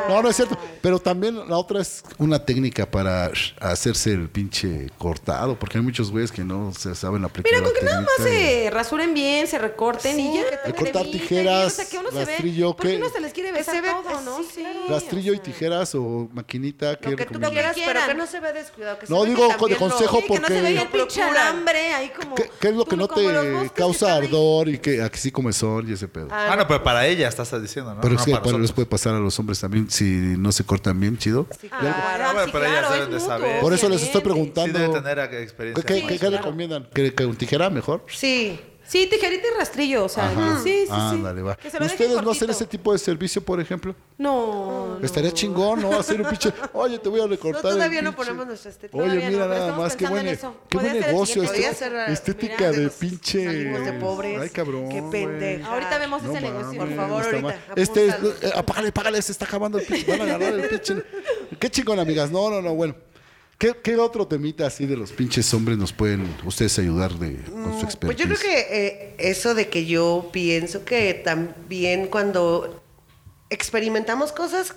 Speaker 10: No, no es cierto. Pero también la otra es una técnica para sh, hacerse el pinche cortado, porque hay muchos güeyes que no se saben aplicar.
Speaker 2: Mira,
Speaker 10: la
Speaker 2: con que nada más
Speaker 10: técnica de-
Speaker 2: se rasuren bien, se recorten
Speaker 11: Sí,
Speaker 2: y ya.
Speaker 11: que
Speaker 2: te
Speaker 11: te
Speaker 10: cortar
Speaker 2: eviten,
Speaker 10: tijeras,
Speaker 2: y, o sea, que uno se ve-
Speaker 10: rastrillo,
Speaker 2: ¿Por qué
Speaker 10: que-
Speaker 2: uno se les quiere
Speaker 11: Que
Speaker 2: besar
Speaker 11: se ve-
Speaker 2: todo, no?
Speaker 11: sí,
Speaker 2: Sí.
Speaker 11: claro.
Speaker 10: Rastrillo y tijeras o maquinita. ¿qué
Speaker 11: Lo que tú
Speaker 10: recomiendas?
Speaker 11: quieras, pero
Speaker 2: Quieran.
Speaker 11: que no se vea descuidado. Que se
Speaker 10: No,
Speaker 11: vea que
Speaker 10: digo, de
Speaker 11: también lo-
Speaker 10: consejo,
Speaker 2: Sí, que no
Speaker 10: porque-
Speaker 2: se vea el pinche
Speaker 11: Procuran.
Speaker 2: hambre ahí como...
Speaker 10: ¿Qué, qué es lo que
Speaker 2: como-
Speaker 10: no
Speaker 2: como los
Speaker 10: te
Speaker 2: bosques
Speaker 10: causa
Speaker 2: que están ahí.
Speaker 10: ardor y que aquí sí comezón y ese pedo?
Speaker 6: Ah, no, pero para ella estás diciendo, ¿no?
Speaker 10: Pero
Speaker 6: no
Speaker 10: es que
Speaker 6: para
Speaker 10: para les
Speaker 6: nosotros.
Speaker 10: puede pasar a los hombres también si no se cortan bien, chido.
Speaker 2: Ah,
Speaker 6: Ah, bueno,
Speaker 2: sí,
Speaker 6: pero ellas
Speaker 2: claro,
Speaker 6: deben
Speaker 2: es
Speaker 6: de
Speaker 2: mutuo,
Speaker 6: saber.
Speaker 10: Por eso les estoy
Speaker 2: obviamente.
Speaker 6: Sí
Speaker 10: preguntando.
Speaker 6: debe tener eh,
Speaker 10: ¿Qué,
Speaker 6: experiencia.
Speaker 10: qué- qué- qué recomiendan? ¿Que, que un tijera mejor?
Speaker 11: Sí.
Speaker 2: Sí, tijerita y rastrillo, o sea,
Speaker 10: Ajá.
Speaker 2: sí, sí, sí.
Speaker 10: Ándale, va.
Speaker 2: Que se lo dejen
Speaker 10: ¿Ustedes no hacen
Speaker 2: cortito.
Speaker 10: ese tipo de servicio, por ejemplo?
Speaker 2: No, no.
Speaker 10: Estaría chingón, ¿no? Hacer un pinche. Oye, te voy a recortar.
Speaker 11: No,
Speaker 10: el
Speaker 11: todavía no
Speaker 10: pinche-
Speaker 11: ponemos nuestra estética.
Speaker 10: Oye,
Speaker 2: Todavía no,
Speaker 10: mira
Speaker 2: pero
Speaker 10: nada
Speaker 2: estamos
Speaker 10: más, qué
Speaker 2: pensando
Speaker 10: buen,
Speaker 2: en
Speaker 10: qué
Speaker 2: eso.
Speaker 10: buen
Speaker 2: Podría ser el
Speaker 10: negocio.
Speaker 2: siguiente.
Speaker 11: Podría
Speaker 10: esto-
Speaker 11: ser, ah,
Speaker 10: este- estética
Speaker 11: mira,
Speaker 10: de,
Speaker 11: de los-
Speaker 10: pinche.
Speaker 11: salimos de pobres.
Speaker 10: Ay, cabrón.
Speaker 11: Qué
Speaker 10: güey.
Speaker 11: pendeja.
Speaker 2: Ahorita vemos
Speaker 10: No
Speaker 2: ese
Speaker 10: mames,
Speaker 2: negocio.
Speaker 11: Por favor,
Speaker 10: está
Speaker 11: ahorita,
Speaker 10: mal. Este es,
Speaker 11: apúntalo.
Speaker 10: eh, apágale, apágale, se está acabando el pinche. Van a agarrar el pinche. Qué chingón, amigas. No, no, no, bueno. ¿Qué, qué otro temita así de los pinches hombres nos pueden ustedes ayudar de, con su
Speaker 2: Mm,
Speaker 10: expertise?
Speaker 11: Pues yo creo que eh, eso de que yo pienso que también cuando experimentamos cosas,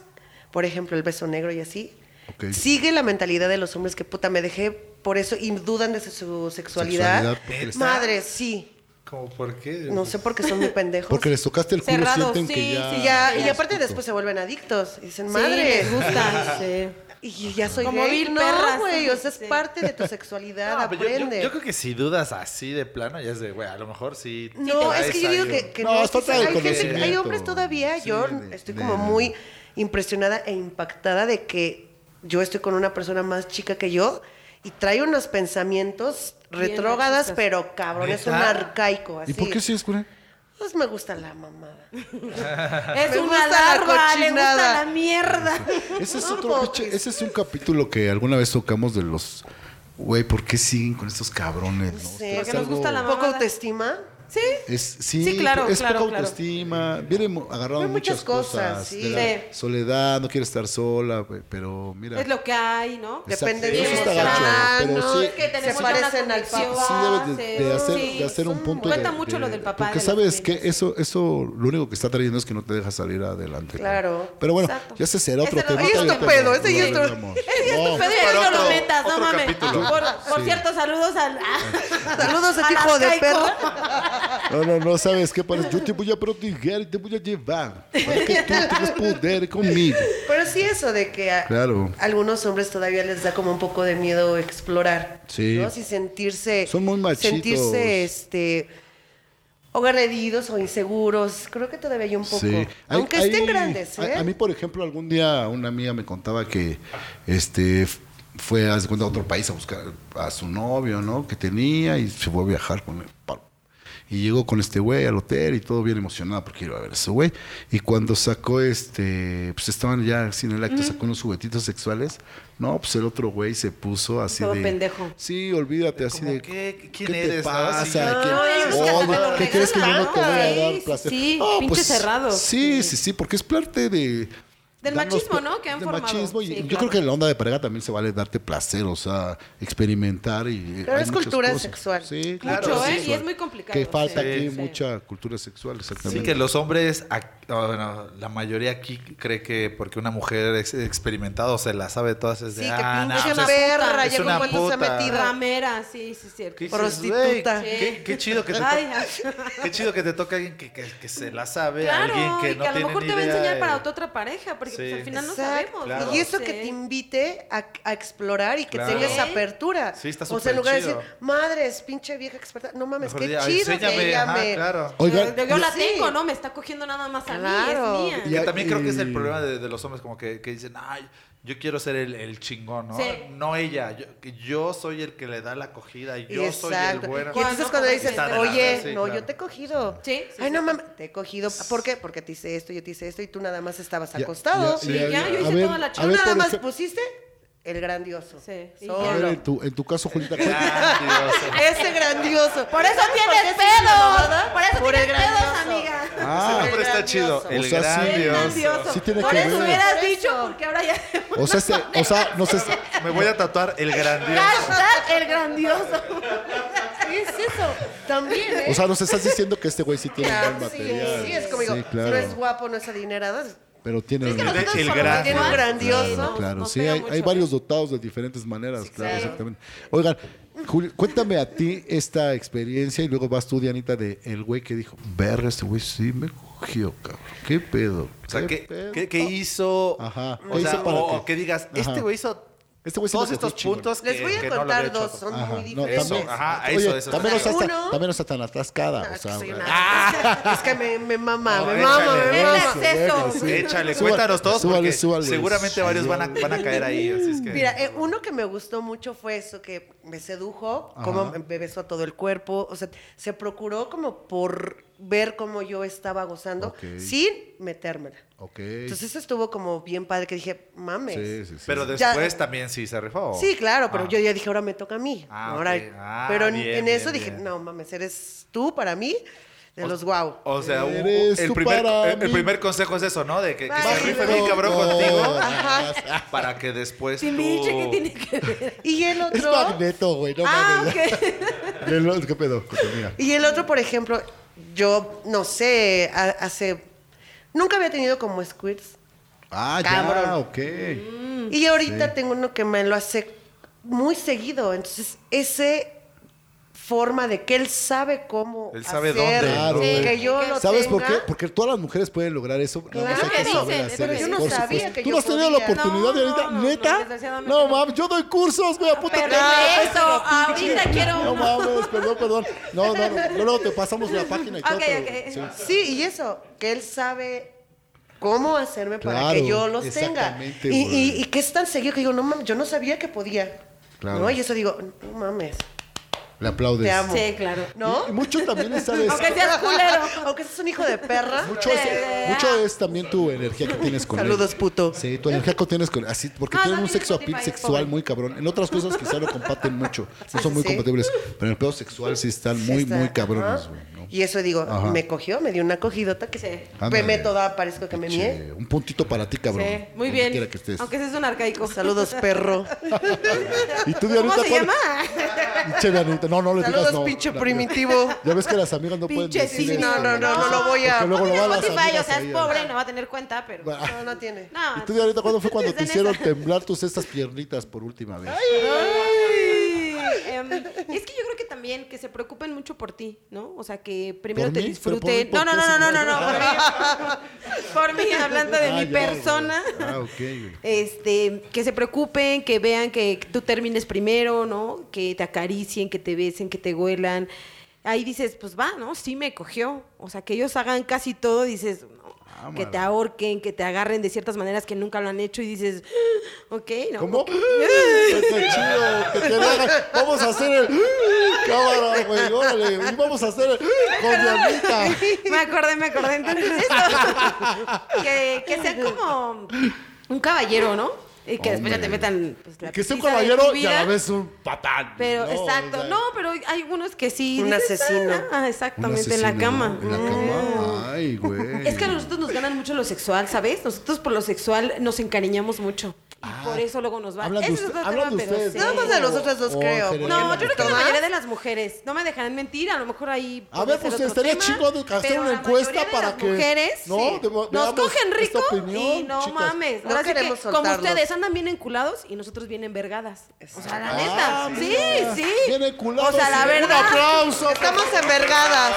Speaker 11: por ejemplo, el beso negro y así,
Speaker 10: Ok.
Speaker 11: sigue la mentalidad de los hombres que puta me dejé por eso y dudan de su sexualidad.
Speaker 10: Sexualidad, porque les-
Speaker 11: Madre, sí.
Speaker 6: ¿Cómo por qué?
Speaker 11: No sé por qué son muy pendejos.
Speaker 10: Porque les tocaste el culo,
Speaker 2: Cerrado,
Speaker 10: sienten que
Speaker 2: sí,
Speaker 10: ya.
Speaker 11: y, ya- y
Speaker 10: ya
Speaker 11: aparte
Speaker 10: es
Speaker 11: después se vuelven adictos. Y dicen,
Speaker 2: Sí,
Speaker 11: madre.
Speaker 2: les gusta, sí.
Speaker 11: Y ya soy
Speaker 2: Como
Speaker 11: gay.
Speaker 2: vil
Speaker 11: no,
Speaker 2: perras.
Speaker 11: güey, o sea, es
Speaker 2: Sí.
Speaker 11: parte de tu sexualidad,
Speaker 6: No, pero yo- yo,
Speaker 11: aprende.
Speaker 6: yo creo que si dudas así de plano, ya es de, güey, a lo mejor sí.
Speaker 11: No, es
Speaker 6: traes
Speaker 11: que yo digo
Speaker 6: ahí
Speaker 11: que,
Speaker 6: un-
Speaker 11: que
Speaker 10: No,
Speaker 11: no.
Speaker 10: es falta de
Speaker 11: hay, gente, hay
Speaker 10: conocimiento.
Speaker 11: hombres todavía,
Speaker 10: Sí,
Speaker 11: yo
Speaker 10: de-
Speaker 11: estoy
Speaker 10: de-
Speaker 11: como muy impresionada e impactada de que yo estoy con una persona más chica que yo y trae unos pensamientos
Speaker 2: Bien
Speaker 11: retrógadas,
Speaker 2: machistas.
Speaker 11: pero cabrón, es un
Speaker 6: ¿Neta?
Speaker 11: arcaico así.
Speaker 10: ¿Y por qué sí es cura?
Speaker 11: Pues me gusta la mamada.
Speaker 2: Es
Speaker 11: Me
Speaker 2: una
Speaker 11: gusta la
Speaker 2: larva, le gusta la
Speaker 11: cochinada.
Speaker 2: mierda.
Speaker 10: Ese es
Speaker 11: No,
Speaker 10: otro
Speaker 11: porque
Speaker 10: pinche- ese es un capítulo que alguna vez tocamos de los güey, ¿por qué siguen con estos cabrones? No,
Speaker 11: Sí,
Speaker 10: Es
Speaker 2: porque nos gusta la
Speaker 11: Poco
Speaker 2: mamada.
Speaker 11: autoestima.
Speaker 2: Sí,
Speaker 10: Es, sí,
Speaker 2: Sí, claro,
Speaker 10: es
Speaker 2: claro,
Speaker 10: poca
Speaker 2: claro.
Speaker 10: autoestima. Viene mo- agarrado
Speaker 11: Hay
Speaker 10: muchas,
Speaker 11: muchas
Speaker 10: cosas.
Speaker 11: cosas,
Speaker 10: de
Speaker 11: sí.
Speaker 10: la
Speaker 2: Sí.
Speaker 10: Soledad, no quiere estar sola, güey, pero mira.
Speaker 2: es lo que hay, ¿no?
Speaker 10: Exacto.
Speaker 11: Depende de
Speaker 10: Eso está
Speaker 11: emoción,
Speaker 10: gacho,
Speaker 2: Ah,
Speaker 10: pero
Speaker 11: ¿no?
Speaker 10: sí.
Speaker 11: Es que tenemos
Speaker 2: Se
Speaker 11: ya una
Speaker 2: parecen al
Speaker 11: conexión.
Speaker 2: papá.
Speaker 10: Sí, debes de, de
Speaker 2: Sí,
Speaker 10: hacer,
Speaker 2: sí,
Speaker 10: de hacer un punto.
Speaker 2: Cuenta
Speaker 10: de-
Speaker 2: mucho
Speaker 10: de-
Speaker 2: lo del papá.
Speaker 10: Porque
Speaker 2: de las
Speaker 10: sabes que
Speaker 2: niñas.
Speaker 10: eso, eso lo único que está trayendo es que no te deja salir adelante.
Speaker 11: Claro.
Speaker 10: Pero bueno,
Speaker 2: Exacto.
Speaker 10: ya ese será otro
Speaker 2: Ese
Speaker 10: tema.
Speaker 2: lo- ese es
Speaker 10: ahorita
Speaker 11: tu pedo, ese
Speaker 10: lo
Speaker 11: ya es tu-
Speaker 2: [laughs]
Speaker 10: arreglamos.
Speaker 2: Ese ya es
Speaker 10: No,
Speaker 2: tu pedo, ya no
Speaker 6: otro-
Speaker 2: lo metas, no
Speaker 6: otro
Speaker 2: mames.
Speaker 6: capítulo.
Speaker 2: Por, por
Speaker 10: Sí.
Speaker 2: cierto, saludos al. [laughs]
Speaker 11: Saludos a
Speaker 2: al
Speaker 11: ti, hijo de
Speaker 2: arcaico.
Speaker 11: perro.
Speaker 10: No, no, no sabes qué parece. Yo te voy a proteger y te voy a llevar. Para que tú tengas poder conmigo.
Speaker 11: Pero sí eso de que a-
Speaker 10: Claro.
Speaker 11: algunos hombres todavía les da como un poco de miedo explorar.
Speaker 10: Sí.
Speaker 11: ¿no? Si sentirse...
Speaker 10: Son muy machitos.
Speaker 11: Sentirse, este... O agredidos o inseguros. Creo que todavía hay un poco.
Speaker 10: Sí. Hay-
Speaker 11: Aunque
Speaker 10: hay-
Speaker 11: estén grandes, ¿eh?
Speaker 10: A, a mí, por ejemplo, algún día una amiga me contaba que este f- fue haz de cuenta, a otro país a buscar a su novio, ¿no? Que tenía y se fue a viajar con él. Pa- Y llegó con este güey al hotel y todo bien emocionado porque iba a ver a su güey. Y cuando sacó este, pues estaban ya así en el acto, sacó unos juguetitos sexuales. No, pues el otro güey se puso así
Speaker 2: Todo
Speaker 10: de.
Speaker 2: pendejo.
Speaker 10: Sí, olvídate así
Speaker 6: ¿Cómo
Speaker 10: de.
Speaker 6: qué? ¿Quién
Speaker 10: ¿qué te
Speaker 6: eres, Ah, no?
Speaker 10: pasa?
Speaker 6: Así,
Speaker 10: ¿Qué-
Speaker 2: no, ellos hasta te
Speaker 10: oye,
Speaker 2: lo
Speaker 10: ¿Qué crees que yo no te voy a
Speaker 2: regalan.
Speaker 10: dar placer?
Speaker 2: Sí,
Speaker 10: No, pues,
Speaker 2: pinches cerrados.
Speaker 10: Sí, sí, sí, porque es parte de...
Speaker 2: Del machismo, ¿no? que han
Speaker 10: del
Speaker 2: formado.
Speaker 10: machismo y
Speaker 2: Sí,
Speaker 10: yo
Speaker 2: claro.
Speaker 10: creo que en la onda de pareja también se vale darte placer, o sea, experimentar y...
Speaker 11: Pero
Speaker 10: hay
Speaker 11: es
Speaker 10: muchas
Speaker 11: cultura
Speaker 10: cosas.
Speaker 11: sexual.
Speaker 10: Sí,
Speaker 2: Mucho,
Speaker 10: cultura
Speaker 2: ¿eh? Y
Speaker 10: sexual.
Speaker 2: es muy complicado.
Speaker 10: Que falta
Speaker 2: sí.
Speaker 10: aquí
Speaker 2: Sí.
Speaker 10: mucha cultura sexual, exactamente.
Speaker 6: Sí, que los hombres, ac- ah, bueno, la mayoría aquí cree que porque una mujer es experimentada o se la sabe todas es de,
Speaker 11: Sí, que
Speaker 6: ah, no,
Speaker 11: pinche
Speaker 6: pues es-
Speaker 11: perra,
Speaker 2: puta,
Speaker 6: es
Speaker 11: ya
Speaker 6: una
Speaker 11: con cuánto se ha
Speaker 6: puta.
Speaker 11: metido.
Speaker 2: Ramera, sí, sí, es cierto.
Speaker 6: ¿Qué dices,
Speaker 11: Prostituta.
Speaker 6: güey? Qué, qué chido que te
Speaker 2: Ay,
Speaker 6: to- qué chido que te toque alguien que, que- que se la sabe, alguien que
Speaker 2: y
Speaker 6: no
Speaker 2: que a lo
Speaker 6: tiene
Speaker 2: mejor
Speaker 6: ni
Speaker 2: te va a
Speaker 6: idea
Speaker 2: enseñar
Speaker 6: de-
Speaker 2: para otra otra pareja, porque pues,
Speaker 6: Sí.
Speaker 2: al final no
Speaker 11: Exacto.
Speaker 2: sabemos.
Speaker 6: Claro.
Speaker 11: Y eso
Speaker 2: Sí.
Speaker 11: que te invite a, a explorar y que
Speaker 6: Claro.
Speaker 11: tengas
Speaker 2: Sí.
Speaker 11: apertura.
Speaker 6: Sí, está
Speaker 11: O sea, en
Speaker 6: súper
Speaker 11: lugar de
Speaker 6: chido.
Speaker 11: decir, madres, pinche vieja experta. No mames,
Speaker 6: Mejor
Speaker 11: qué
Speaker 6: diga, "Ay,
Speaker 11: chido
Speaker 6: enséñame,
Speaker 11: que ella
Speaker 6: ajá,
Speaker 11: me...
Speaker 6: claro.
Speaker 10: Oigan,
Speaker 2: yo, yo la
Speaker 11: sí.
Speaker 2: tengo, ¿no? Me está cogiendo nada más a
Speaker 11: Claro.
Speaker 2: mí, es
Speaker 6: Que
Speaker 2: mía.
Speaker 10: Ya,
Speaker 6: también creo que es
Speaker 10: y-
Speaker 6: el problema de, de los hombres, como que, que dicen, ay, yo quiero ser el, el chingón, ¿no?
Speaker 2: Sí.
Speaker 6: No ella, yo, que yo soy el que le da la acogida y yo soy el
Speaker 11: Exacto.
Speaker 6: bueno.
Speaker 11: Y entonces
Speaker 2: Cuando
Speaker 11: cuando
Speaker 2: te
Speaker 11: dices,
Speaker 6: Está de la
Speaker 11: oye,
Speaker 6: verga, sí,
Speaker 11: no,
Speaker 6: claro.
Speaker 11: yo te he cogido.
Speaker 2: Sí, sí,
Speaker 11: Ay, no
Speaker 2: sí.
Speaker 11: mames, te he cogido. ¿Por qué? Porque te hice esto, yo te hice esto y tú nada más estabas
Speaker 10: Ya,
Speaker 11: acostado.
Speaker 10: ya,
Speaker 2: Sí,
Speaker 10: ya,
Speaker 2: ya,
Speaker 10: ya.
Speaker 2: yo
Speaker 10: A
Speaker 2: hice
Speaker 10: ver,
Speaker 2: toda la
Speaker 10: a
Speaker 11: Tú
Speaker 10: ver,
Speaker 2: chamba.
Speaker 11: nada
Speaker 10: por
Speaker 11: más
Speaker 10: ejemplo-
Speaker 11: pusiste el grandioso.
Speaker 2: Sí, y
Speaker 11: Solo.
Speaker 10: a ver, en tu, en tu caso, Julieta, ¿cuál-
Speaker 11: [laughs]
Speaker 6: Grandioso.
Speaker 11: Ese grandioso.
Speaker 2: Por eso
Speaker 11: ¿Sabes por
Speaker 2: tienes
Speaker 11: qué se hizo la
Speaker 2: pedos.
Speaker 11: mamada?
Speaker 2: Por eso
Speaker 11: Por el
Speaker 2: tienes pedos,
Speaker 11: grandioso.
Speaker 2: amiga.
Speaker 10: Ah,
Speaker 6: Siempre está está chido. El
Speaker 10: O sea,
Speaker 6: gran
Speaker 10: sí.
Speaker 6: Dios.
Speaker 10: Sí tiene
Speaker 2: Por
Speaker 10: que
Speaker 2: eso
Speaker 10: ver.
Speaker 2: hubieras dicho, porque ahora ya. [laughs]
Speaker 10: O sea, este- o sea, no sé. si-
Speaker 6: Me voy a tatuar el gran Dios.
Speaker 2: Hashtag el grandioso. ¿Qué es eso?
Speaker 11: También, ¿eh?
Speaker 10: O sea, nos estás diciendo que este güey sí tiene
Speaker 11: Claro,
Speaker 10: buen
Speaker 11: sí,
Speaker 10: material.
Speaker 11: sí, es como digo,
Speaker 10: Sí, claro.
Speaker 11: no es guapo, no es adinerado. es-
Speaker 10: Pero
Speaker 11: [laughs]
Speaker 10: tiene
Speaker 11: Es que
Speaker 10: buen-
Speaker 11: nosotros
Speaker 6: El
Speaker 11: somos
Speaker 6: gran-
Speaker 11: tiene un grandioso.
Speaker 10: Claro, claro.
Speaker 11: nos
Speaker 10: sí,
Speaker 11: pega
Speaker 10: hay, hay
Speaker 11: mucho.
Speaker 10: varios dotados de diferentes maneras, claro,
Speaker 11: claro.
Speaker 10: exactamente. Oigan, Julio, cuéntame a ti esta experiencia y luego vas tú, Dianita, de el güey que dijo, verga, este güey sí me cogió, cabrón. ¿Qué pedo?
Speaker 6: O sea, ¿qué,
Speaker 10: pedo?"
Speaker 6: qué- qué hizo?
Speaker 10: Ajá.
Speaker 6: O
Speaker 10: ¿Qué
Speaker 6: sea,
Speaker 10: hizo para
Speaker 6: o-
Speaker 10: ti?
Speaker 6: o que digas,
Speaker 10: Ajá.
Speaker 6: este güey hizo
Speaker 10: Este güey sí
Speaker 6: todos
Speaker 10: me cogió
Speaker 6: estos
Speaker 10: chingón.
Speaker 6: puntos que,
Speaker 11: Les voy a
Speaker 6: que no lo
Speaker 11: contar
Speaker 6: había hecho.
Speaker 11: dos, son
Speaker 10: Ajá,
Speaker 11: muy
Speaker 10: no,
Speaker 11: diferentes.
Speaker 10: también,
Speaker 6: Ajá,
Speaker 10: Oye,
Speaker 6: eso, eso.
Speaker 10: También, no seas tan-
Speaker 11: Uno-
Speaker 10: también no estás tan atascada.
Speaker 11: Ah,
Speaker 10: o sea,
Speaker 11: que soy
Speaker 10: güey.
Speaker 11: una- [laughs] Es que me, me mama,
Speaker 6: No,
Speaker 11: me
Speaker 6: échale,
Speaker 11: mama, me
Speaker 6: échale.
Speaker 11: mama.
Speaker 2: Eso.
Speaker 10: Sí.
Speaker 6: Échale,
Speaker 10: Súbale,
Speaker 6: cuéntanos todos
Speaker 10: súbale,
Speaker 6: porque
Speaker 10: súbale.
Speaker 6: seguramente varios van a, van a caer ahí. Así es que...
Speaker 11: Mira, eh, uno que me gustó mucho fue eso, que me sedujo, cómo
Speaker 10: Ajá.
Speaker 11: me besó todo el cuerpo, o sea, se procuró como por ver cómo yo estaba gozando
Speaker 10: Ok.
Speaker 11: sin metérmela.
Speaker 10: Ok.
Speaker 11: Entonces eso estuvo como bien padre, que dije, mames.
Speaker 10: Sí, sí, sí.
Speaker 6: pero
Speaker 11: Ya-
Speaker 6: después también sí se rifó.
Speaker 11: Sí, claro, pero
Speaker 6: Ah.
Speaker 11: yo ya dije, ahora me toca a mí.
Speaker 6: Ah,
Speaker 11: ahora,
Speaker 6: ok. Ah,
Speaker 11: pero en,
Speaker 6: bien,
Speaker 11: en eso
Speaker 6: bien,
Speaker 11: dije,
Speaker 6: bien.
Speaker 11: no mames, eres tú para mí, de
Speaker 6: O-
Speaker 11: los guau.
Speaker 6: O sea, un-
Speaker 10: Eres
Speaker 6: el
Speaker 10: tú
Speaker 6: primer,
Speaker 10: para
Speaker 6: el, el
Speaker 10: mí.
Speaker 6: primer consejo es eso, ¿no? De que, que se
Speaker 11: Ay,
Speaker 6: rife
Speaker 11: no,
Speaker 6: bien cabrón
Speaker 10: no. [laughs]
Speaker 6: contigo
Speaker 10: Ajá.
Speaker 6: para que después tú...
Speaker 2: Sin biche, ¿qué tiene que ver?
Speaker 11: [laughs] Y
Speaker 6: [laughs]
Speaker 11: el
Speaker 10: Es
Speaker 11: otro...
Speaker 10: magneto, güey. No
Speaker 2: Ah,
Speaker 10: mames.
Speaker 2: ok.
Speaker 10: De lo- ¿Qué pedo? con tu amiga?
Speaker 11: Y el otro, por ejemplo, yo no sé, ha- hace. Nunca había tenido como squirts.
Speaker 10: Ah, ya,
Speaker 11: Cabrón.
Speaker 10: ok.
Speaker 11: Y ahorita tengo uno que me lo hace muy seguido. Entonces, ese forma de que él sabe cómo.
Speaker 6: Él sabe
Speaker 11: hacer,
Speaker 6: dónde,
Speaker 10: Claro,
Speaker 11: que
Speaker 10: güey.
Speaker 11: yo lo
Speaker 10: ¿Sabes por qué?
Speaker 11: tenga.
Speaker 10: Porque todas las mujeres pueden lograr eso. nada más
Speaker 11: Claro
Speaker 10: hay
Speaker 11: que
Speaker 10: saber
Speaker 2: dicen,
Speaker 10: hacer
Speaker 2: pero yo
Speaker 10: eso,
Speaker 2: no
Speaker 10: por
Speaker 11: sabía
Speaker 10: supuesto.
Speaker 11: que
Speaker 10: ¿Tú
Speaker 11: yo
Speaker 10: no has tenido la
Speaker 11: podía.
Speaker 10: oportunidad
Speaker 2: No,
Speaker 10: de ahorita?
Speaker 2: no, no,
Speaker 10: ¿Neta?
Speaker 2: desgraciadamente no.
Speaker 10: No, mames, yo doy cursos, güey, a puta
Speaker 2: Pero
Speaker 10: madre.
Speaker 2: eso, ahorita quiero
Speaker 10: No
Speaker 2: uno.
Speaker 10: mames, perdón, perdón. No, no, no. Luego te pasamos la página y todo.
Speaker 2: Ok,
Speaker 10: pero-
Speaker 2: ok.
Speaker 10: sí.
Speaker 11: Sí, y eso, que él sabe cómo hacerme para
Speaker 10: Claro,
Speaker 11: que yo los tenga.
Speaker 10: exactamente,
Speaker 11: Y, y,
Speaker 10: güey.
Speaker 11: y que es tan seguido que digo, no mames, yo no sabía que podía.
Speaker 10: Claro.
Speaker 11: ¿No? Y eso digo, no mames,
Speaker 10: Le aplaudes.
Speaker 11: te amo.
Speaker 2: Sí, claro.
Speaker 11: ¿No?
Speaker 10: Y- y mucho también es, ¿sabes?
Speaker 2: Aunque seas culero.
Speaker 11: [laughs] Aunque seas un hijo de perra.
Speaker 10: Mucho es, mucho es también tu energía que tienes con él.
Speaker 11: Saludos, puto.
Speaker 10: Sí, tu energía que tienes con así porque
Speaker 2: Ah,
Speaker 10: tienen
Speaker 2: no,
Speaker 10: un
Speaker 2: tiene
Speaker 10: sexo
Speaker 2: Spotify,
Speaker 10: appeal
Speaker 2: es
Speaker 10: sexual
Speaker 2: pobre.
Speaker 10: muy cabrón. En otras cosas quizá lo comparten mucho, no son muy
Speaker 11: sí.
Speaker 10: compatibles, pero en el pedo sexual sí están muy
Speaker 11: Está,
Speaker 10: muy cabrones,
Speaker 11: ajá.
Speaker 10: güey, ¿no?
Speaker 11: Y eso digo,
Speaker 10: Ajá.
Speaker 11: me cogió, me dio una cogidota que se
Speaker 10: Ándale.
Speaker 11: me toda, parezco que me
Speaker 10: Che,
Speaker 11: mié.
Speaker 10: un puntito para ti, cabrón.
Speaker 2: Sí, muy
Speaker 10: donde
Speaker 2: bien.
Speaker 10: quiera que estés.
Speaker 2: Aunque ese es un arcaico. [laughs]
Speaker 11: Saludos,
Speaker 10: [laughs]
Speaker 11: perro.
Speaker 10: Y tú de
Speaker 2: ¿Cómo
Speaker 10: ahorita
Speaker 2: se
Speaker 10: cuál-
Speaker 2: llama?
Speaker 10: Che, Dianita, no, no le digas
Speaker 11: Saludos,
Speaker 10: Pues no.
Speaker 11: pinche
Speaker 10: La-
Speaker 11: primitivo.
Speaker 10: Ya ves que las amigas no pueden
Speaker 2: Pinche
Speaker 10: decir
Speaker 2: sí,
Speaker 10: eso,
Speaker 11: no, no, no, no lo voy a-
Speaker 10: porque
Speaker 2: [laughs]
Speaker 10: luego lo
Speaker 2: Tiene
Speaker 10: van las
Speaker 2: Spotify, o
Speaker 10: amigas
Speaker 2: sea,
Speaker 10: ahí
Speaker 2: es
Speaker 10: a-
Speaker 2: pobre, no va a tener cuenta, pero.
Speaker 10: Bueno,
Speaker 11: [laughs] No, no tiene.
Speaker 2: No.
Speaker 10: ¿Y tú de ahorita cuándo fue cuando te
Speaker 2: Desde
Speaker 10: hicieron
Speaker 2: esa.
Speaker 10: temblar tus estas piernitas por última vez?
Speaker 2: Em, es que yo creo que también que se preocupen mucho por ti, ¿no? O sea, que primero
Speaker 10: ¿Por
Speaker 2: te
Speaker 10: mí?
Speaker 2: disfruten.
Speaker 10: ¿Pero
Speaker 2: No,
Speaker 10: por mí?
Speaker 2: no,
Speaker 10: ¿Por
Speaker 2: no,
Speaker 10: qué
Speaker 2: no, no,
Speaker 10: se me-
Speaker 2: no, por mí. Por mí, hablando de
Speaker 10: Ah,
Speaker 2: mi
Speaker 10: ya,
Speaker 2: persona.
Speaker 10: güey. Ah, ok, güey.
Speaker 2: Este, que se preocupen, que vean que tú termines primero, ¿no? Que te acaricien, que te besen, que te huelan. Ahí dices, pues va, ¿no? Sí me cogió. O sea, que ellos hagan casi todo, dices, no, que te ahorquen, que te agarren de ciertas maneras que nunca lo han hecho y dices, "Ah, ok, ¿no?
Speaker 10: ¿Cómo? Está chido, que te la hagan. Vamos a hacer el ¡eh! cámara, güey, órale. Y vamos a hacer el ¡eh! con Dianita.
Speaker 2: Me acordé, me acordé. Entonces, eso. [laughs] que, que sea como un caballero, ¿no? Y que después ya te
Speaker 10: Hombre.
Speaker 2: metan pues, [laughs] la
Speaker 10: Que sea un
Speaker 2: putiza de
Speaker 10: caballero
Speaker 2: tu
Speaker 10: y a la
Speaker 2: vida.
Speaker 10: vez un patán.
Speaker 2: Pero,
Speaker 10: ¿no?
Speaker 2: exacto.
Speaker 10: O sea,
Speaker 2: no, pero hay unos que sí.
Speaker 11: Un asesino.
Speaker 2: Ah,
Speaker 10: un
Speaker 2: exactamente, en
Speaker 10: asesino,
Speaker 2: la cama. Mm.
Speaker 10: En la cama. Ay, güey.
Speaker 2: Es que a nosotros nos ganan mucho lo sexual, ¿sabes? Nosotros por lo sexual nos encariñamos mucho. Y por eso luego nos va.
Speaker 10: Hablan Ah. de
Speaker 2: Ese
Speaker 10: usted-
Speaker 2: es otro
Speaker 10: hablan
Speaker 2: tema,
Speaker 10: de
Speaker 2: pero
Speaker 10: ustedes,
Speaker 2: sí. pues
Speaker 11: Nada más de los otros dos,
Speaker 10: Oh,
Speaker 11: creo.
Speaker 10: Jerez.
Speaker 11: porque
Speaker 2: No, yo creo que la
Speaker 11: ¿Todas?
Speaker 2: mayoría de las mujeres, no me dejarán mentir, a lo mejor ahí.
Speaker 10: A ver, pues
Speaker 2: usted
Speaker 10: estaría chingón de hacer una encuesta para que.
Speaker 2: Mujeres,
Speaker 10: ¿no?
Speaker 2: sí,
Speaker 10: De- veamos
Speaker 2: nos cogen
Speaker 10: esta
Speaker 2: rico y
Speaker 10: opinión,
Speaker 2: no
Speaker 10: chicas.
Speaker 2: mames.
Speaker 11: No
Speaker 2: ahora sí que
Speaker 11: queremos
Speaker 2: como
Speaker 11: soltarlos.
Speaker 2: ustedes andan bien enculados y nosotros bien envergadas. O sea, la neta.
Speaker 10: Ah,
Speaker 2: sí,
Speaker 10: mira,
Speaker 2: sí.
Speaker 10: Bien
Speaker 2: O sea, la verdad.
Speaker 10: Un aplauso.
Speaker 11: Estamos envergadas.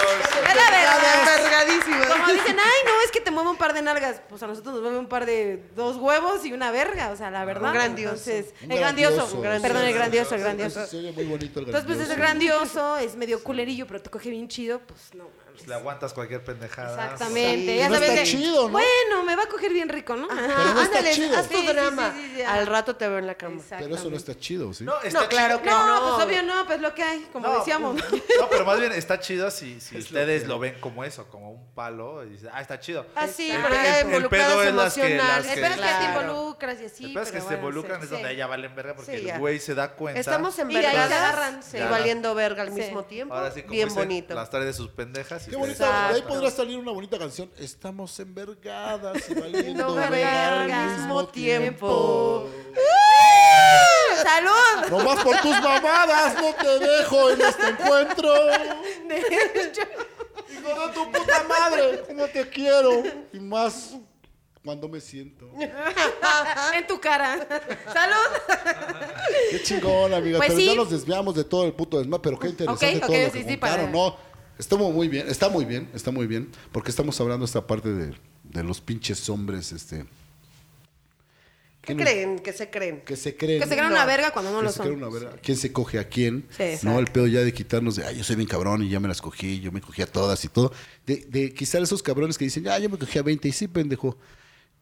Speaker 2: Es la verdad.
Speaker 11: Envergadísimas.
Speaker 2: Como dicen, ay, no, es que te mueve un par de nalgas. Pues a nosotros nos mueve un par de dos huevos y una verga. O sea, la verdad.
Speaker 11: Un grandioso.
Speaker 2: Entonces,
Speaker 10: Un
Speaker 2: el grandioso.
Speaker 10: grandioso.
Speaker 2: Perdón, el grandioso, el
Speaker 10: Eso
Speaker 2: grandioso.
Speaker 10: sería muy bonito el
Speaker 2: Entonces, pues es grandioso, es medio culerillo, pero te coge bien chido. Pues no mames.
Speaker 6: Pues le aguantas cualquier pendejada.
Speaker 2: Exactamente. ya
Speaker 10: Ah, no
Speaker 2: sabes
Speaker 10: está
Speaker 2: de-
Speaker 10: chido, ¿no?
Speaker 2: Bueno, me me va a coger bien rico, ¿no?
Speaker 11: Pero no está chido. haz tu drama. Al
Speaker 2: rato te veo en la cama.
Speaker 10: Pero eso no está chido, ¿sí?
Speaker 6: No, está
Speaker 11: claro
Speaker 6: chido.
Speaker 11: que
Speaker 2: no,
Speaker 11: no.
Speaker 2: pues obvio no, pues lo que hay, como decíamos.
Speaker 6: No, pero más bien está chido si,
Speaker 10: [laughs]
Speaker 6: si ustedes lo ven como eso, como un palo. Y dicen, ah, está chido.
Speaker 2: Ah, sí,
Speaker 6: El-
Speaker 2: porque
Speaker 6: el-
Speaker 2: hay
Speaker 6: el pedo
Speaker 2: involucradas
Speaker 6: es las que- las
Speaker 2: emocionales.
Speaker 6: que-
Speaker 2: El pedo es que te
Speaker 6: Claro.
Speaker 2: involucras y así.
Speaker 6: El pedo es que
Speaker 2: pero
Speaker 6: se
Speaker 2: bueno,
Speaker 6: involucran,
Speaker 2: sí,
Speaker 6: es donde
Speaker 2: sí.
Speaker 6: ella valen verga porque
Speaker 2: Sí, ya.
Speaker 6: el güey se da cuenta.
Speaker 11: Estamos en
Speaker 2: Y ahí se
Speaker 11: verga
Speaker 2: agarran, sí.
Speaker 11: y valiendo verga al mismo tiempo.
Speaker 6: Ahora sí, como
Speaker 11: Bien
Speaker 6: dicen,
Speaker 11: bonito.
Speaker 6: Las trae de sus pendejas. y
Speaker 10: Qué
Speaker 6: se
Speaker 10: bonita,
Speaker 6: desata.
Speaker 10: de ahí podría salir una bonita canción. Estamos
Speaker 2: [laughs]
Speaker 10: envergadas y valiendo
Speaker 11: No, verga al mismo tiempo.
Speaker 10: [laughs]
Speaker 2: ¡Salud!
Speaker 10: Nomás por tus mamadas no te dejo en este encuentro. Hijo de tu puta madre, cómo te quiero. Y más cuando me siento.
Speaker 2: en tu [laughs] cara. ¡Salud!
Speaker 10: Qué chingón, amiga.
Speaker 2: Pues
Speaker 10: pero
Speaker 2: sí.
Speaker 10: ya nos desviamos de todo el puto desmadre, pero qué interesante
Speaker 2: Ok,
Speaker 10: todo
Speaker 2: ok,
Speaker 10: lo que
Speaker 2: sí, sí,
Speaker 10: contaron,
Speaker 2: para-
Speaker 10: ¿no? Estuvo muy bien, está muy bien, está muy bien, porque estamos hablando esta parte de, de los pinches hombres, este,
Speaker 11: ¿Qué creen? ¿Qué se creen?
Speaker 10: que se creen.
Speaker 2: Que se crean una verga cuando no
Speaker 10: Que
Speaker 2: lo
Speaker 10: se creen
Speaker 2: son.
Speaker 10: una verga. ¿Quién se coge a quién?
Speaker 2: Sí,
Speaker 10: no
Speaker 2: exacto.
Speaker 10: el pedo ya de quitarnos de, ay, yo soy bien cabrón y ya me las cogí, yo me cogí a todas y todo. De, de quizá esos cabrones que dicen, ah, yo me cogí a 20 y sí, pendejo.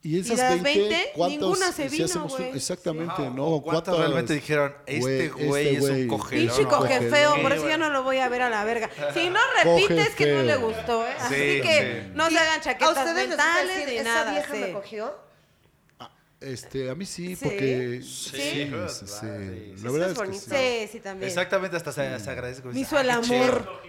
Speaker 10: Y esas
Speaker 2: las
Speaker 10: 20,
Speaker 2: 20,
Speaker 10: ¿cuántos?
Speaker 2: ninguna se
Speaker 10: si
Speaker 2: vino,
Speaker 10: hacemos un-
Speaker 2: güey.
Speaker 10: Exactamente,
Speaker 6: Ajá,
Speaker 10: ¿no?
Speaker 6: o cuántos
Speaker 10: ¿Cuántas-
Speaker 6: realmente dijeron, este güey es un
Speaker 10: güey,
Speaker 6: cogelón,
Speaker 2: Pinche
Speaker 10: un
Speaker 2: coge feo,
Speaker 10: cogelón"?
Speaker 2: por eso ya no lo voy a ver a la verga. Si no
Speaker 10: Coge
Speaker 2: repites que no
Speaker 10: feo.
Speaker 2: le gustó, ¿eh? Así
Speaker 6: Sí,
Speaker 2: que
Speaker 6: sí.
Speaker 2: no se hagan
Speaker 11: ¿A
Speaker 2: chaquetas
Speaker 11: ustedes les gusta
Speaker 2: mentales
Speaker 11: decir,
Speaker 2: ni
Speaker 11: esa
Speaker 2: nada.
Speaker 11: vieja
Speaker 2: sí.
Speaker 11: me cogió?
Speaker 10: Este, a mí sí,
Speaker 2: ¿Sí?
Speaker 10: porque...
Speaker 6: Sí,
Speaker 10: sí,
Speaker 6: ¿verdad?
Speaker 10: sí, sí.
Speaker 6: Sí,
Speaker 10: La verdad es,
Speaker 11: es
Speaker 10: que
Speaker 11: bonito.
Speaker 10: sí.
Speaker 2: Sí, sí, también.
Speaker 6: Exactamente, hasta
Speaker 10: Mm.
Speaker 6: se, se agradece. como
Speaker 2: Me
Speaker 6: dices,
Speaker 2: hizo el
Speaker 6: "Ah, qué chido,
Speaker 2: amor.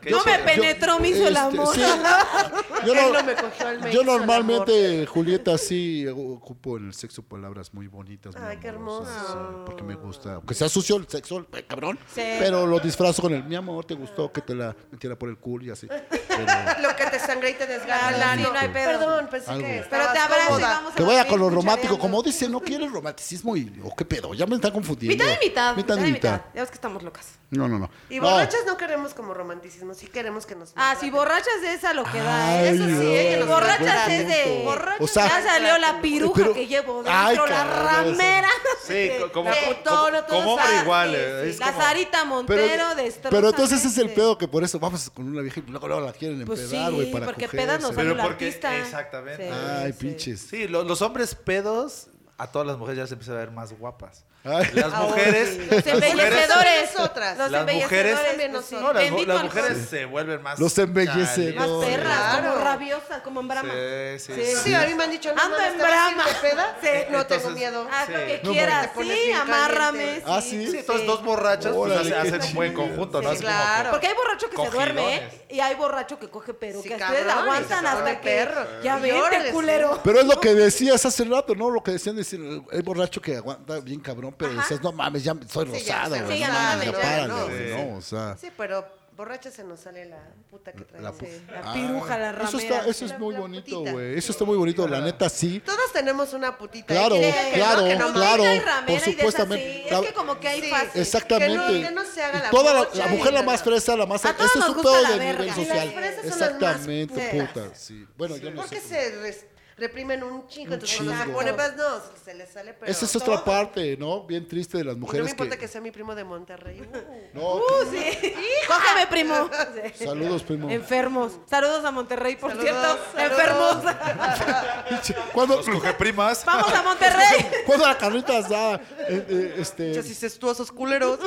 Speaker 6: qué
Speaker 2: No me
Speaker 6: chido".
Speaker 2: penetró, me hizo el
Speaker 10: Este,
Speaker 2: amor.
Speaker 10: sí. Yo,
Speaker 2: [laughs]
Speaker 10: no-
Speaker 11: Él no me cogió, él me
Speaker 10: yo
Speaker 11: hizo el
Speaker 10: normalmente, Julieta, sí ocupo en el sexo palabras muy bonitas. muy
Speaker 11: Ay, qué
Speaker 10: amorosas,
Speaker 11: hermoso.
Speaker 10: sí, porque me gusta. Aunque sea sucio el sexo, el- cabrón.
Speaker 2: Sí.
Speaker 10: Pero lo disfrazo con el mi amor, te gustó que te la metiera por el culo y así. Pero
Speaker 11: Lo que te sangra y te desgarra.
Speaker 2: Claro, sí, no hay pedo.
Speaker 11: Perdón, pensé
Speaker 10: Algo.
Speaker 11: que
Speaker 2: Pero te
Speaker 11: estabas
Speaker 2: abrazo y
Speaker 11: cómoda.
Speaker 2: [laughs] vamos a
Speaker 10: que vaya
Speaker 2: dormir
Speaker 10: con lo
Speaker 2: cuchareando.
Speaker 10: romántico. Como dice, no quiere romanticismo y. ¿O qué pedo? Ya me están confundiendo.
Speaker 2: Mitad y mitad.
Speaker 10: Mitad y mitad.
Speaker 2: Ya ves que estamos locas.
Speaker 10: No, no, no.
Speaker 11: Y
Speaker 10: No.
Speaker 11: borrachas no queremos como romanticismo, sí queremos que nos...
Speaker 2: Ah, si borrachas es a lo que da.
Speaker 10: Ay,
Speaker 2: ¿eh? Eso sí,
Speaker 10: Dios,
Speaker 2: ¿eh? Que los
Speaker 10: buen
Speaker 2: borrachas es de.
Speaker 10: punto.
Speaker 2: Borrachas
Speaker 10: O sea-
Speaker 2: ya salió la piruja
Speaker 10: Pero-
Speaker 2: que llevo dentro,
Speaker 10: Ay,
Speaker 2: la
Speaker 10: cabrón, eso.
Speaker 2: ramera.
Speaker 6: Sí, co- como,
Speaker 2: de
Speaker 6: como,
Speaker 2: todo,
Speaker 6: como,
Speaker 2: todo
Speaker 6: hombre
Speaker 2: está-
Speaker 6: igual.
Speaker 2: sí,
Speaker 6: eh,
Speaker 2: sí,
Speaker 6: es
Speaker 2: la
Speaker 6: como-
Speaker 2: Sarita Montero destroza.
Speaker 10: pero entonces es el
Speaker 2: gente.
Speaker 10: pedo que por eso vamos con una vieja y luego, luego la quieren
Speaker 2: Pues
Speaker 10: empedar,
Speaker 2: sí,
Speaker 10: güey, para Ah.
Speaker 2: porque
Speaker 10: cogerse.
Speaker 2: pedas nos sale
Speaker 6: Pero
Speaker 2: la
Speaker 6: porque-
Speaker 2: artista.
Speaker 6: exactamente.
Speaker 10: Ay, pinches.
Speaker 6: Sí, lo- los hombres pedos, a todas las mujeres ya se empiezan a ver más guapas.
Speaker 10: Ay.
Speaker 6: Las mujeres.
Speaker 2: Los
Speaker 6: las mujeres-
Speaker 2: embellecedores.
Speaker 11: Nosotras.
Speaker 2: Los
Speaker 6: las mujeres,
Speaker 2: embellecedores.
Speaker 11: pues,
Speaker 6: no, las, mu-
Speaker 2: Bendito
Speaker 6: las
Speaker 2: alcohol.
Speaker 6: mujeres se vuelven más.
Speaker 10: Los embellecedores.
Speaker 2: Más
Speaker 10: No,
Speaker 2: perras,
Speaker 11: claro.
Speaker 2: como rabiosas, como en brama.
Speaker 6: Sí, sí,
Speaker 11: Sí,
Speaker 6: sí.
Speaker 11: a mí me han dicho, no,
Speaker 2: Ando
Speaker 11: no,
Speaker 2: en
Speaker 11: estaba
Speaker 2: brama.
Speaker 11: haciendo peda,
Speaker 2: Sí. Ah,
Speaker 11: no tengo
Speaker 6: Entonces,
Speaker 11: miedo.
Speaker 2: Haz lo
Speaker 6: Sí.
Speaker 2: que
Speaker 6: No,
Speaker 2: quieras,
Speaker 11: te pones
Speaker 2: sí,
Speaker 11: bien
Speaker 2: amárrame.
Speaker 11: caliente.
Speaker 10: Ah,
Speaker 6: Sí,
Speaker 10: sí.
Speaker 6: entonces dos borrachas pues,
Speaker 10: Órale,
Speaker 6: hace-
Speaker 10: qué
Speaker 6: hacen un buen
Speaker 10: chido.
Speaker 6: conjunto, ¿no?
Speaker 11: Sí,
Speaker 6: Así como
Speaker 11: claro.
Speaker 6: que-
Speaker 2: Porque hay borracho que se duerme,
Speaker 6: Cogidones.
Speaker 2: ¿eh? Y hay borracho que coge, pero
Speaker 11: Sí,
Speaker 2: que ustedes
Speaker 11: cabrón, y
Speaker 2: aguantan
Speaker 11: se pone
Speaker 2: hasta que.
Speaker 11: perro.
Speaker 2: Ya
Speaker 11: Y órale,
Speaker 2: vete,
Speaker 11: sí.
Speaker 2: culero.
Speaker 10: Pero es lo que decías hace rato, ¿no? Lo que decían, decir, el borracho que aguanta bien cabrón, pero decías, no mames, ya soy
Speaker 11: Sí, ya,
Speaker 10: rosado,
Speaker 11: soy
Speaker 10: güey.
Speaker 2: rosado,
Speaker 10: no mames,
Speaker 2: ya,
Speaker 10: ya
Speaker 2: ya,
Speaker 10: párale,
Speaker 11: no.
Speaker 10: güey,
Speaker 6: Sí.
Speaker 10: no, o sea.
Speaker 11: Sí, pues, pero borracha se nos sale la puta que trae.
Speaker 10: la pu- ah,
Speaker 2: La piruja, la ramera.
Speaker 10: Eso, está, eso
Speaker 11: La-
Speaker 10: es muy
Speaker 11: la
Speaker 10: bonito,
Speaker 11: putita.
Speaker 10: güey. Eso está muy bonito, la neta, sí.
Speaker 11: Todos tenemos una putita. ¿eh?
Speaker 10: Claro,
Speaker 11: Que diga que no,
Speaker 10: claro,
Speaker 11: que no,
Speaker 10: claro.
Speaker 2: Hay ramera
Speaker 10: por
Speaker 2: y de esas,
Speaker 10: supuestamente.
Speaker 2: sí.
Speaker 10: La-
Speaker 2: Es que como que hay
Speaker 11: Sí.
Speaker 2: fácil.
Speaker 10: Exactamente.
Speaker 11: Que no- que no se haga la
Speaker 10: Y toda la,
Speaker 11: mocha
Speaker 10: la
Speaker 11: y
Speaker 10: mujer la
Speaker 11: la-
Speaker 10: más fresa, la más.
Speaker 2: A todos
Speaker 10: esto es
Speaker 2: nos
Speaker 10: un
Speaker 2: gusta
Speaker 10: pedo
Speaker 2: la
Speaker 10: de
Speaker 2: verga.
Speaker 10: nivel
Speaker 2: Y las
Speaker 10: social.
Speaker 11: fresas son las más
Speaker 10: Exactamente,
Speaker 11: putas.
Speaker 10: puta. Sí. Bueno, yo no
Speaker 11: Porque
Speaker 10: sé.
Speaker 11: se res- reprimen un chingo, entonces cuando se
Speaker 10: chingo.
Speaker 11: pone más, no, se- se les sale, pero...
Speaker 10: Esa es otra
Speaker 11: todo.
Speaker 10: parte, ¿no? Bien triste de las
Speaker 11: Y no
Speaker 10: mujeres.
Speaker 11: me importa que... sea mi primo de Monterrey. Uh.
Speaker 10: [laughs] No,
Speaker 2: Uh, sí. Cógeme, primo.
Speaker 10: que-
Speaker 11: [laughs]
Speaker 10: Saludos, primo.
Speaker 2: Enfermos. Saludos a Monterrey, por
Speaker 11: Saludos,
Speaker 2: cierto.
Speaker 11: saludos.
Speaker 2: Enfermos.
Speaker 11: [laughs]
Speaker 10: ¿Cuándo,
Speaker 6: Los coge primas. [laughs]
Speaker 2: Vamos a Monterrey.
Speaker 10: ¿Cuándo Pues la carnita asada? Eh, eh, este,
Speaker 11: dices tú a esos culeros.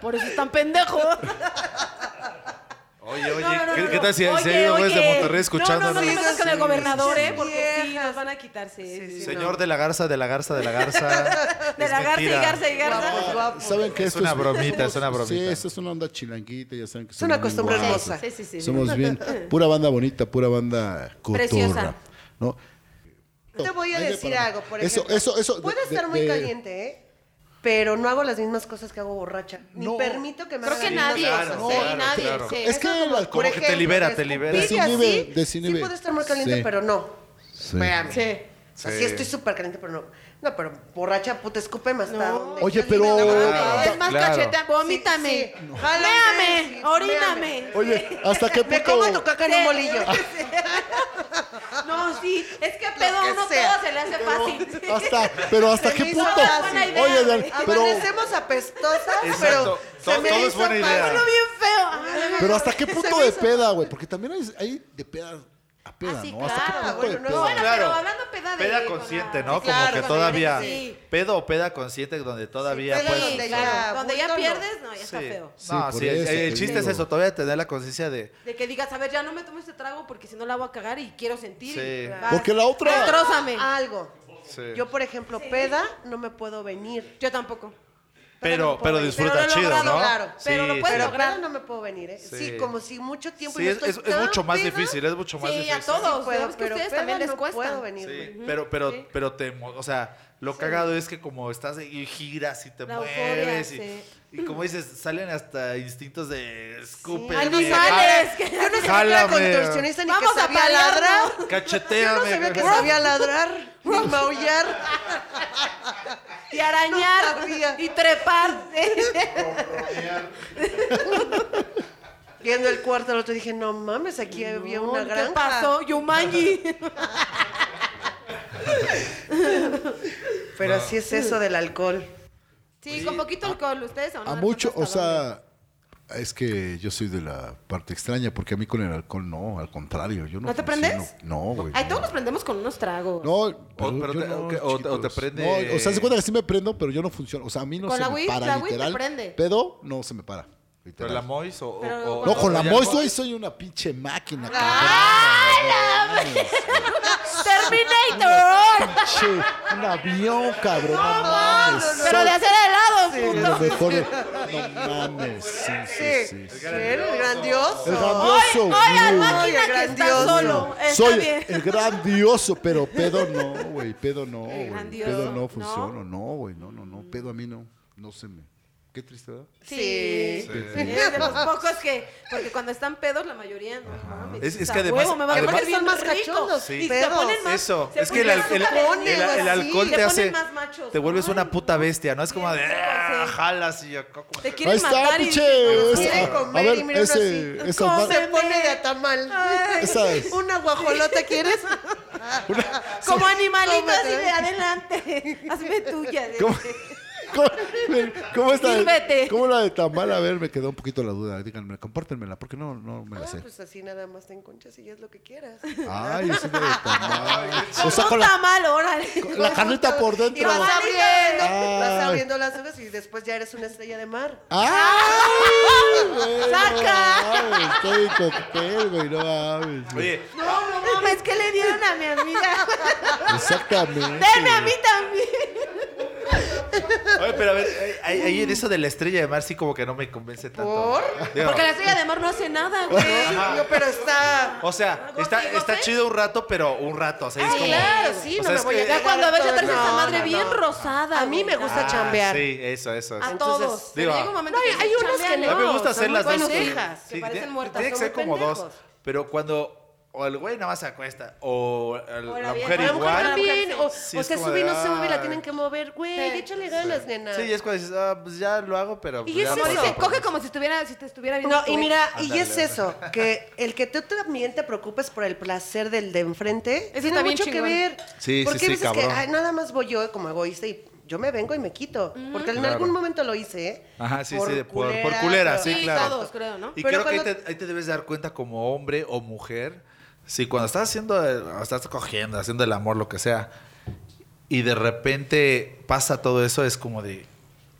Speaker 2: Por eso están pendejos.
Speaker 6: Oye, oye,
Speaker 2: No, no, no,
Speaker 6: ¿qué,
Speaker 2: no,
Speaker 6: qué
Speaker 2: no.
Speaker 6: tal si, si
Speaker 2: Oye,
Speaker 6: hay uno desde
Speaker 2: oye.
Speaker 6: Monterrey escuchando?
Speaker 2: No, no, no,
Speaker 11: Sí,
Speaker 2: no, no,
Speaker 11: sí,
Speaker 2: con el
Speaker 11: sí.
Speaker 2: gobernador, ¿eh?
Speaker 11: Sí,
Speaker 2: Porque sí,
Speaker 11: viejas.
Speaker 2: nos van a quitar, sí.
Speaker 11: Sí,
Speaker 2: sí,
Speaker 11: sí,
Speaker 2: sí.
Speaker 6: Señor de la garza, de la garza, de la garza.
Speaker 2: De
Speaker 6: Es
Speaker 2: la garza y
Speaker 6: mentira.
Speaker 2: garza y garza.
Speaker 11: guapo.
Speaker 10: ¿Saben que
Speaker 6: Es
Speaker 10: esto
Speaker 6: una bromita, es una
Speaker 10: Sí,
Speaker 6: bromita.
Speaker 10: esto es una onda chilanguita, ya saben que
Speaker 11: Es una
Speaker 10: somos bien
Speaker 11: costumbre
Speaker 10: guapos.
Speaker 11: hermosa.
Speaker 2: Sí, sí, sí.
Speaker 10: Somos bien, pura banda bonita, pura banda cotorra.
Speaker 2: Preciosa.
Speaker 10: ¿no?
Speaker 11: Te voy a
Speaker 10: Ahí de
Speaker 11: decir
Speaker 10: para-
Speaker 11: algo, por
Speaker 10: Eso,
Speaker 11: ejemplo.
Speaker 10: eso, eso, de-
Speaker 11: Puede
Speaker 10: de-
Speaker 11: estar muy
Speaker 10: de-
Speaker 11: caliente, ¿eh? Pero no hago las mismas cosas que hago borracha. Ni
Speaker 10: No.
Speaker 11: permito que me
Speaker 2: Creo
Speaker 11: hagan
Speaker 2: que
Speaker 11: las
Speaker 2: nadie.
Speaker 11: mismas
Speaker 6: claro,
Speaker 11: cosas, ¿eh?
Speaker 2: sí, nadie.
Speaker 6: claro.
Speaker 2: sí.
Speaker 10: Es que el alcohol
Speaker 6: Como que te libera, te libera.
Speaker 11: escupir así,
Speaker 10: Desinhibe, desinhibe.
Speaker 11: Sí puede estar muy caliente,
Speaker 10: Sí.
Speaker 11: pero no.
Speaker 10: Sí.
Speaker 11: Espérame.
Speaker 2: Sí.
Speaker 11: O sea,
Speaker 6: Sí.
Speaker 11: sí estoy súper caliente, pero no. No, pero borracha, puta, escúpeme hasta donde
Speaker 10: Oye,
Speaker 11: quieras.
Speaker 10: pero-
Speaker 11: No, no, no,
Speaker 6: Claro.
Speaker 11: es
Speaker 2: Es
Speaker 11: más,
Speaker 2: más
Speaker 6: Claro.
Speaker 2: cacheta, vomítame.
Speaker 11: Sí, sí. No.
Speaker 2: Léame,
Speaker 11: Sí,
Speaker 2: oríname.
Speaker 10: Oye, ¿hasta qué
Speaker 11: [laughs] Me como
Speaker 10: punto?
Speaker 11: tu caca en un
Speaker 2: Sí.
Speaker 11: bolillo.
Speaker 2: No, sí, es que a pedo a
Speaker 11: que
Speaker 2: uno
Speaker 11: sea.
Speaker 2: todo se le hace [laughs] fácil.
Speaker 10: Hasta, pero hasta
Speaker 11: Se
Speaker 10: qué
Speaker 11: me hizo
Speaker 10: punto.
Speaker 11: fácil.
Speaker 10: Oye, Dan, pero,
Speaker 11: Amanecemos apestosas,
Speaker 6: Exacto.
Speaker 11: pero
Speaker 6: Todo-
Speaker 11: se me
Speaker 6: todo es
Speaker 11: hizo
Speaker 6: buena idea.
Speaker 11: fácil.
Speaker 2: Uno bien feo. Ah, Ay,
Speaker 10: pero hasta qué punto de peda, güey, porque también hay, hay de peda a peda,
Speaker 2: Ah, sí,
Speaker 10: ¿no? ¿Hasta qué
Speaker 2: claro,
Speaker 10: punto de
Speaker 2: bueno, no,
Speaker 10: peda?
Speaker 2: bueno, pero hablando peda de-
Speaker 6: Peda
Speaker 2: con
Speaker 6: consciente,
Speaker 2: la-
Speaker 6: ¿no?
Speaker 2: Sí, claro,
Speaker 6: Como
Speaker 2: con
Speaker 6: que
Speaker 2: la
Speaker 6: todavía.
Speaker 2: gente, sí.
Speaker 6: Pedo o peda consciente donde todavía.
Speaker 2: peda
Speaker 6: pues,
Speaker 2: donde ya, donde ya pierdes, no, ya está feo.
Speaker 6: no,
Speaker 10: por
Speaker 6: sí, el-
Speaker 10: eso,
Speaker 6: el,
Speaker 10: te
Speaker 6: chiste es
Speaker 10: digo.
Speaker 6: eso, todavía tener la conciencia de.
Speaker 2: De que digas, a ver, ya no me tomo este trago porque si no la voy a cagar y quiero sentir.
Speaker 6: Sí.
Speaker 2: y-
Speaker 6: Porque la otra-
Speaker 2: Destrózame.
Speaker 11: Algo.
Speaker 6: Sí.
Speaker 11: Yo, por ejemplo, peda, no me puedo venir.
Speaker 2: Yo tampoco.
Speaker 6: Pero, pero disfruta
Speaker 11: pero lo he
Speaker 6: chido,
Speaker 11: logrado,
Speaker 6: ¿no?
Speaker 11: Claro, pero lo puedes
Speaker 6: sí.
Speaker 11: lograr. no me puedo venir, ¿eh?
Speaker 6: Sí.
Speaker 11: Sí, como si mucho tiempo.
Speaker 6: Sí,
Speaker 11: yo
Speaker 6: es,
Speaker 11: estoy
Speaker 6: es- es
Speaker 11: tan
Speaker 6: mucho más
Speaker 11: peda.
Speaker 6: difícil, es mucho más
Speaker 11: Sí,
Speaker 6: difícil.
Speaker 11: a todos.
Speaker 2: puedo,
Speaker 11: sabes que
Speaker 2: pero
Speaker 11: a ustedes
Speaker 2: peda
Speaker 11: también les
Speaker 2: no
Speaker 11: cuesta.
Speaker 2: puedo
Speaker 11: venirme.
Speaker 6: Sí, pero, pero, pero te, mo- o sea, lo cagado es que como estás ahí y giras y te
Speaker 2: La euforia,
Speaker 6: mueves y,
Speaker 2: sí.
Speaker 6: y como dices, salen hasta instintos de escupe.
Speaker 2: Ay, no sales, que- Yo
Speaker 11: no sabía que era contorsionista ni
Speaker 2: Vamos
Speaker 11: que
Speaker 2: a
Speaker 11: sabía
Speaker 2: pelear,
Speaker 11: ladrar. Yo
Speaker 6: Cacheteame.
Speaker 11: no sabía que
Speaker 6: güey.
Speaker 11: sabía ladrar, ni maullar.
Speaker 2: Y arañar.
Speaker 11: No sabía.
Speaker 2: y trepar.
Speaker 11: Viendo el cuarto, el otro dije, no mames, aquí [laughs] había una granja.
Speaker 2: ¿Qué pasó?
Speaker 11: [laughs]
Speaker 2: Yumanji.
Speaker 11: Pero así es eso del alcohol.
Speaker 2: Sí, con
Speaker 11: Ah.
Speaker 2: poquito alcohol. ¿Ustedes o no?
Speaker 10: A mucho, o sea, es que yo soy de la parte extraña, porque a mí con el alcohol no, al contrario, yo no.
Speaker 2: ¿No te
Speaker 10: funciono.
Speaker 2: prendes?
Speaker 10: No,
Speaker 6: Pues
Speaker 10: güey.
Speaker 2: Ay,
Speaker 10: no.
Speaker 2: todos nos prendemos con unos tragos.
Speaker 10: No, pero,
Speaker 6: pero
Speaker 10: yo
Speaker 6: te-
Speaker 10: no,
Speaker 6: o que- o- o te
Speaker 10: chicos.
Speaker 6: prende-
Speaker 10: No, o sea, se cuenta que sí me prendo, pero yo no funciono. O sea, a mí no
Speaker 2: Con
Speaker 10: se
Speaker 2: la
Speaker 10: me
Speaker 2: weed-
Speaker 10: para,
Speaker 2: la weed te
Speaker 10: literal.
Speaker 2: prende.
Speaker 10: Pero no se me para.
Speaker 6: Pero
Speaker 10: literal.
Speaker 6: la Mois o, o-
Speaker 2: Pero-
Speaker 6: o-
Speaker 10: no,
Speaker 6: o-
Speaker 10: con la
Speaker 6: o ya
Speaker 10: Moist
Speaker 6: no-
Speaker 10: hoy soy una pinche máquina. cabrón.
Speaker 2: [laughs] ¡Terminator!
Speaker 10: Pinche, un avión, cabrón. No, mames.
Speaker 2: Pero de hacer helados,
Speaker 10: soy
Speaker 2: puto.
Speaker 10: lo mejor. No mames. Sí, sí, sí.
Speaker 11: Sí, el grandioso.
Speaker 10: El grandioso.
Speaker 2: Hoy al
Speaker 10: güey.
Speaker 2: máquina
Speaker 11: Ay,
Speaker 2: que está
Speaker 11: grandioso.
Speaker 2: solo. Está
Speaker 10: Soy
Speaker 2: bien.
Speaker 10: el grandioso, pero pedo no, güey, pedo no, güey.
Speaker 2: grandioso, ¿no?
Speaker 10: Pedo no funciono, no, güey, no, no, no, pedo a mí no, no se me. Qué triste, ¿verdad?
Speaker 2: Sí.
Speaker 11: Sí.
Speaker 2: Es de los pocos que. Porque cuando están pedos, la mayoría no. mames,
Speaker 6: Es- es
Speaker 2: está
Speaker 6: que además-
Speaker 2: huevo, me va a
Speaker 6: además-
Speaker 2: poner bien
Speaker 11: son más
Speaker 2: rico.
Speaker 11: cachondos,
Speaker 6: Sí.
Speaker 2: Y se
Speaker 11: pedos.
Speaker 2: ponen más.
Speaker 6: Eso,
Speaker 2: se
Speaker 6: es que el,
Speaker 2: ponen
Speaker 6: al- el-
Speaker 2: más cabrones,
Speaker 6: el- el
Speaker 2: así,
Speaker 6: alcohol
Speaker 2: se
Speaker 6: te
Speaker 2: ponen
Speaker 6: hace.
Speaker 2: más machos.
Speaker 6: Te vuelves
Speaker 2: Ay,
Speaker 6: una puta bestia, ¿no? Es como de.
Speaker 2: Sí,
Speaker 6: "Ah,
Speaker 2: sí.
Speaker 6: jalas y yo. como-
Speaker 2: Te
Speaker 10: Ahí
Speaker 2: quieren
Speaker 10: está,
Speaker 2: matar. y-
Speaker 10: pinche.
Speaker 11: quieren
Speaker 10: esa- a
Speaker 11: comer y
Speaker 10: ver,
Speaker 11: mira uno
Speaker 10: ese,
Speaker 11: así.
Speaker 10: esas ma-
Speaker 11: Se pone de atamal.
Speaker 10: Esa es.
Speaker 11: ¿Una guajolota
Speaker 10: [laughs]
Speaker 11: quieres?
Speaker 2: Como animalitos y
Speaker 11: Cómetela.
Speaker 2: de adelante. [laughs] Hazme tuya. de-
Speaker 10: ¿Cómo, cómo, cómo está?
Speaker 2: Sírvete.
Speaker 10: ¿Cómo la de tamal? A ver, me quedó un poquito la duda. Díganme, compártenmela, porque no, no me la
Speaker 11: Ah,
Speaker 10: sé.
Speaker 11: pues así nada más te enconchas y es lo que quieras.
Speaker 10: Ay, esa de tamal. O
Speaker 2: Con
Speaker 10: sea, con
Speaker 2: un
Speaker 10: la,
Speaker 2: tamal,
Speaker 6: [laughs]
Speaker 2: órale.
Speaker 10: con la carnita por
Speaker 11: Y
Speaker 10: dentro.
Speaker 11: vas abriendo, vas
Speaker 10: Ay.
Speaker 11: abriendo las hojas y después ya eres una estrella de mar.
Speaker 10: ¡Ay! güey,
Speaker 2: ¡Saca!
Speaker 10: No mames, estoy en cóctel, güey, no mames. güey.
Speaker 6: Oye,
Speaker 2: No, no mames, ¿qué le dieron a mi
Speaker 11: [laughs]
Speaker 2: amiga?
Speaker 10: Exactamente.
Speaker 2: Denme a mí también.
Speaker 6: oye, pero a ver, eh, ahí, ahí en eso de la estrella de mar sí como que no me convence tanto.
Speaker 11: ¿Por?
Speaker 6: Digo,
Speaker 2: Porque la estrella de mar no hace nada,
Speaker 6: [laughs]
Speaker 2: güey.
Speaker 11: Yo, pero está.
Speaker 6: O sea,
Speaker 2: ¿Algo
Speaker 6: está,
Speaker 2: así,
Speaker 6: está
Speaker 2: José?
Speaker 6: chido un rato, pero un rato. O sea, es
Speaker 2: Ay,
Speaker 6: como.
Speaker 2: claro, sí,
Speaker 6: o
Speaker 11: no
Speaker 6: sea,
Speaker 11: me
Speaker 6: es
Speaker 11: voy a
Speaker 6: que-
Speaker 2: Ya cuando ves atrás esa
Speaker 11: No,
Speaker 2: madre
Speaker 11: no,
Speaker 2: bien
Speaker 11: no.
Speaker 2: rosada.
Speaker 11: A mí me
Speaker 2: güey.
Speaker 11: gusta
Speaker 6: Ah,
Speaker 11: chambear.
Speaker 6: Sí, eso, eso.
Speaker 2: A
Speaker 6: eso.
Speaker 2: todos.
Speaker 6: digo,
Speaker 2: Pero llega un momento
Speaker 11: No,
Speaker 2: que
Speaker 11: hay- hay
Speaker 2: dices,
Speaker 11: unos
Speaker 2: "Chambean,
Speaker 11: que
Speaker 6: A mí me
Speaker 11: no,
Speaker 6: gusta
Speaker 11: son
Speaker 6: hacer
Speaker 11: muy
Speaker 6: las dos.
Speaker 11: pendejas,
Speaker 6: sí.
Speaker 2: que parecen
Speaker 6: tiene-
Speaker 2: muertas,
Speaker 6: Tiene que
Speaker 2: son
Speaker 6: ser
Speaker 2: muy
Speaker 6: como dos.
Speaker 2: pendejos.
Speaker 6: Pero cuando o el güey nada más se acuesta, o el-
Speaker 2: O la
Speaker 6: la
Speaker 2: vieja.
Speaker 6: mujer
Speaker 11: A lo mejor
Speaker 2: Igual.
Speaker 6: igual.
Speaker 11: también, o,
Speaker 6: Sí,
Speaker 11: o
Speaker 6: es
Speaker 11: se
Speaker 6: como
Speaker 11: sube y
Speaker 6: de,
Speaker 11: no se mueve,
Speaker 6: ay.
Speaker 11: la tienen que mover. Güey,
Speaker 2: Sí.
Speaker 11: échale ganas, nena.
Speaker 6: Sí, y es cuando dices, ah, pues ya lo hago, pero.
Speaker 11: Y
Speaker 6: pues
Speaker 11: es
Speaker 6: ya
Speaker 11: eso.
Speaker 2: Como
Speaker 6: pasó.
Speaker 2: dice, coge como si estuviera, si te estuviera viendo.
Speaker 11: No, y
Speaker 2: tu
Speaker 11: mira,
Speaker 6: Ándale,
Speaker 11: y es
Speaker 6: ándale.
Speaker 11: eso, que el que tú también te preocupes por el placer del de enfrente,
Speaker 2: Eso
Speaker 11: tiene
Speaker 2: está bien
Speaker 11: mucho
Speaker 2: chingón.
Speaker 11: que ver.
Speaker 6: Sí, sí,
Speaker 11: porque
Speaker 6: sí,
Speaker 11: hay veces
Speaker 6: cabrón.
Speaker 11: que ay, nada más voy yo como egoísta y yo me vengo y me quito. Porque en
Speaker 6: Claro.
Speaker 11: algún momento lo hice, ¿eh?
Speaker 6: Ajá, sí, sí, de- por, por culera, sí,
Speaker 2: Sí,
Speaker 6: claro.
Speaker 2: todos, creo, ¿no?
Speaker 6: Y
Speaker 11: Pero
Speaker 6: creo que ahí
Speaker 11: cuando-
Speaker 6: te, ahí te debes dar cuenta como hombre o mujer, si cuando estás haciendo, el- estás cogiendo, haciendo el amor, lo que sea, y de repente pasa todo eso, es como de,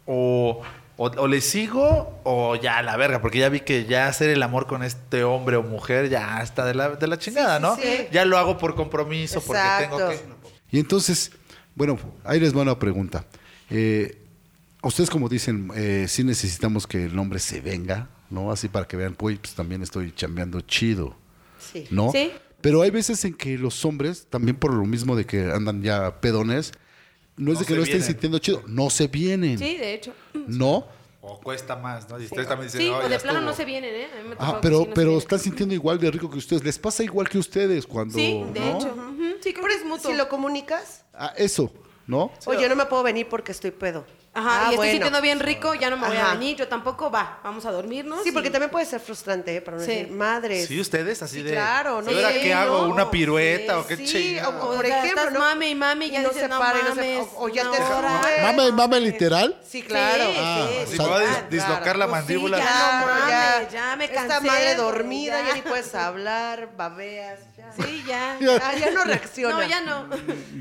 Speaker 6: o, o, o le sigo o ya la verga, porque ya vi que ya hacer el amor con este hombre o mujer ya está de la, de la chingada,
Speaker 11: sí,
Speaker 6: ¿no?
Speaker 11: sí.
Speaker 6: Ya lo hago por compromiso, porque
Speaker 11: Exacto.
Speaker 6: tengo que...
Speaker 10: Y entonces, bueno, ahí les va una pregunta. Eh, ustedes como dicen, eh, sí necesitamos que el hombre se venga, ¿no? Así para que vean, pues, pues, también estoy chambeando chido,
Speaker 11: Sí.
Speaker 10: ¿no?
Speaker 2: Sí.
Speaker 10: Pero hay veces en que los hombres, también por lo mismo de que andan ya pedones, no
Speaker 6: No
Speaker 10: es de que
Speaker 6: se
Speaker 10: no estén
Speaker 6: vienen.
Speaker 10: sintiendo chido, no se vienen,
Speaker 2: Sí, de hecho.
Speaker 10: ¿no?
Speaker 6: O cuesta más, ¿no? Y ustedes también dicen,
Speaker 2: Sí,
Speaker 6: "No,
Speaker 2: o
Speaker 6: ya
Speaker 2: de plano
Speaker 6: estuvo".
Speaker 2: no se vienen, ¿eh? A mí me ha
Speaker 10: Ah,
Speaker 2: tocado que sí,
Speaker 10: pero,
Speaker 2: no se
Speaker 10: pero
Speaker 2: vienen.
Speaker 10: están sintiendo igual de rico que ustedes. Les pasa igual que ustedes cuando.
Speaker 2: Sí, de
Speaker 10: ¿no?
Speaker 2: hecho. ujú, Sí, creo que es mutuo.
Speaker 11: Si lo comunicas,
Speaker 10: Ah, eso, ¿no?
Speaker 11: oye, no me puedo venir porque estoy pedo.
Speaker 2: Ajá,
Speaker 11: Ah,
Speaker 2: y estoy
Speaker 11: bueno.
Speaker 2: sintiendo bien rico, ya no me voy
Speaker 11: Ajá.
Speaker 2: a venir, yo tampoco, va, vamos a dormirnos.
Speaker 11: Sí, porque
Speaker 2: y-
Speaker 11: también puede ser frustrante ¿eh? para uno
Speaker 2: Sí.
Speaker 11: decir, madres.
Speaker 6: Sí, ustedes así
Speaker 11: Sí,
Speaker 6: de.
Speaker 11: claro, no
Speaker 6: ¿Y ahora
Speaker 11: sé,
Speaker 6: qué hago?
Speaker 11: no,
Speaker 6: ¿Una pirueta o qué
Speaker 11: sí,
Speaker 6: chingada?
Speaker 11: o-
Speaker 2: O
Speaker 11: por
Speaker 2: sea,
Speaker 11: ejemplo,
Speaker 2: estás
Speaker 11: ¿no?
Speaker 2: mame y mame y ya
Speaker 11: Y no
Speaker 2: dices,
Speaker 11: se
Speaker 2: no
Speaker 11: para, y no se-
Speaker 2: mames,
Speaker 11: o- o ya
Speaker 2: una
Speaker 11: te-
Speaker 2: hora".
Speaker 10: ¿Mame, mame literal?
Speaker 11: Sí, claro.
Speaker 2: Sí,
Speaker 10: Ah,
Speaker 2: sí,
Speaker 10: o
Speaker 6: Si
Speaker 10: sea,
Speaker 6: me va a dis- dislocar la
Speaker 11: Pues sí,
Speaker 6: mandíbula.
Speaker 11: ya, no,
Speaker 2: mames,
Speaker 11: ya,
Speaker 2: ya me
Speaker 11: Esta
Speaker 2: cansé,
Speaker 11: madre
Speaker 2: güey,
Speaker 11: dormida, ya.
Speaker 2: ya.
Speaker 11: ni puedes hablar, babeas. Ya.
Speaker 2: Sí, [laughs] ya.
Speaker 11: Ah, [laughs] ya no reacciona.
Speaker 2: No, ya no.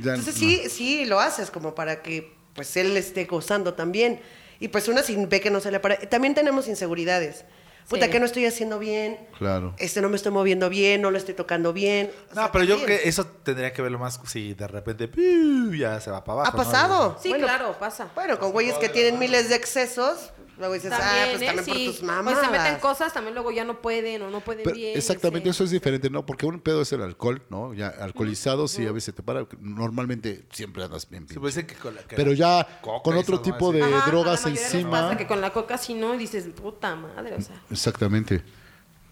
Speaker 10: Ya-
Speaker 11: Entonces sí, sí lo haces como para que pues él esté gozando también. Y pues una sin ve que no se le para. También tenemos inseguridades. Puta,
Speaker 2: Sí.
Speaker 11: que no estoy haciendo bien.
Speaker 10: Claro.
Speaker 11: Este no me estoy moviendo bien, no lo estoy tocando bien. O
Speaker 6: No,
Speaker 11: sea,
Speaker 6: pero yo creo
Speaker 11: también.
Speaker 6: que eso tendría que verlo más si de repente ¡piu! ya se va para
Speaker 11: ha
Speaker 6: abajo. ¿no?
Speaker 11: pasado.
Speaker 2: Sí,
Speaker 11: Bueno,
Speaker 2: claro, pasa.
Speaker 11: Bueno, con güeyes que tienen miles de excesos, luego dices, ah, pues
Speaker 2: ¿eh?
Speaker 11: también por
Speaker 2: Sí.
Speaker 11: tus mamás.
Speaker 2: O se meten cosas, también luego ya no pueden o no pueden
Speaker 10: Pero
Speaker 2: bien.
Speaker 10: exactamente,
Speaker 2: sí.
Speaker 10: eso es diferente, ¿no? Porque un pedo es el alcohol, ¿no? Ya alcoholizado, sí, a veces te para. Normalmente siempre andas bien.
Speaker 6: Sí,
Speaker 10: pinche.
Speaker 6: pues dicen que con la- que
Speaker 10: Pero
Speaker 6: la
Speaker 10: ya
Speaker 6: coca
Speaker 10: con
Speaker 6: y
Speaker 10: otro
Speaker 6: esas
Speaker 10: tipo
Speaker 6: madres,
Speaker 10: de
Speaker 2: Ajá, a la
Speaker 10: drogas
Speaker 2: mayoría nos
Speaker 10: encima.
Speaker 2: pasa que con la coca si no dices, puta madre, o sea.
Speaker 10: Exactamente.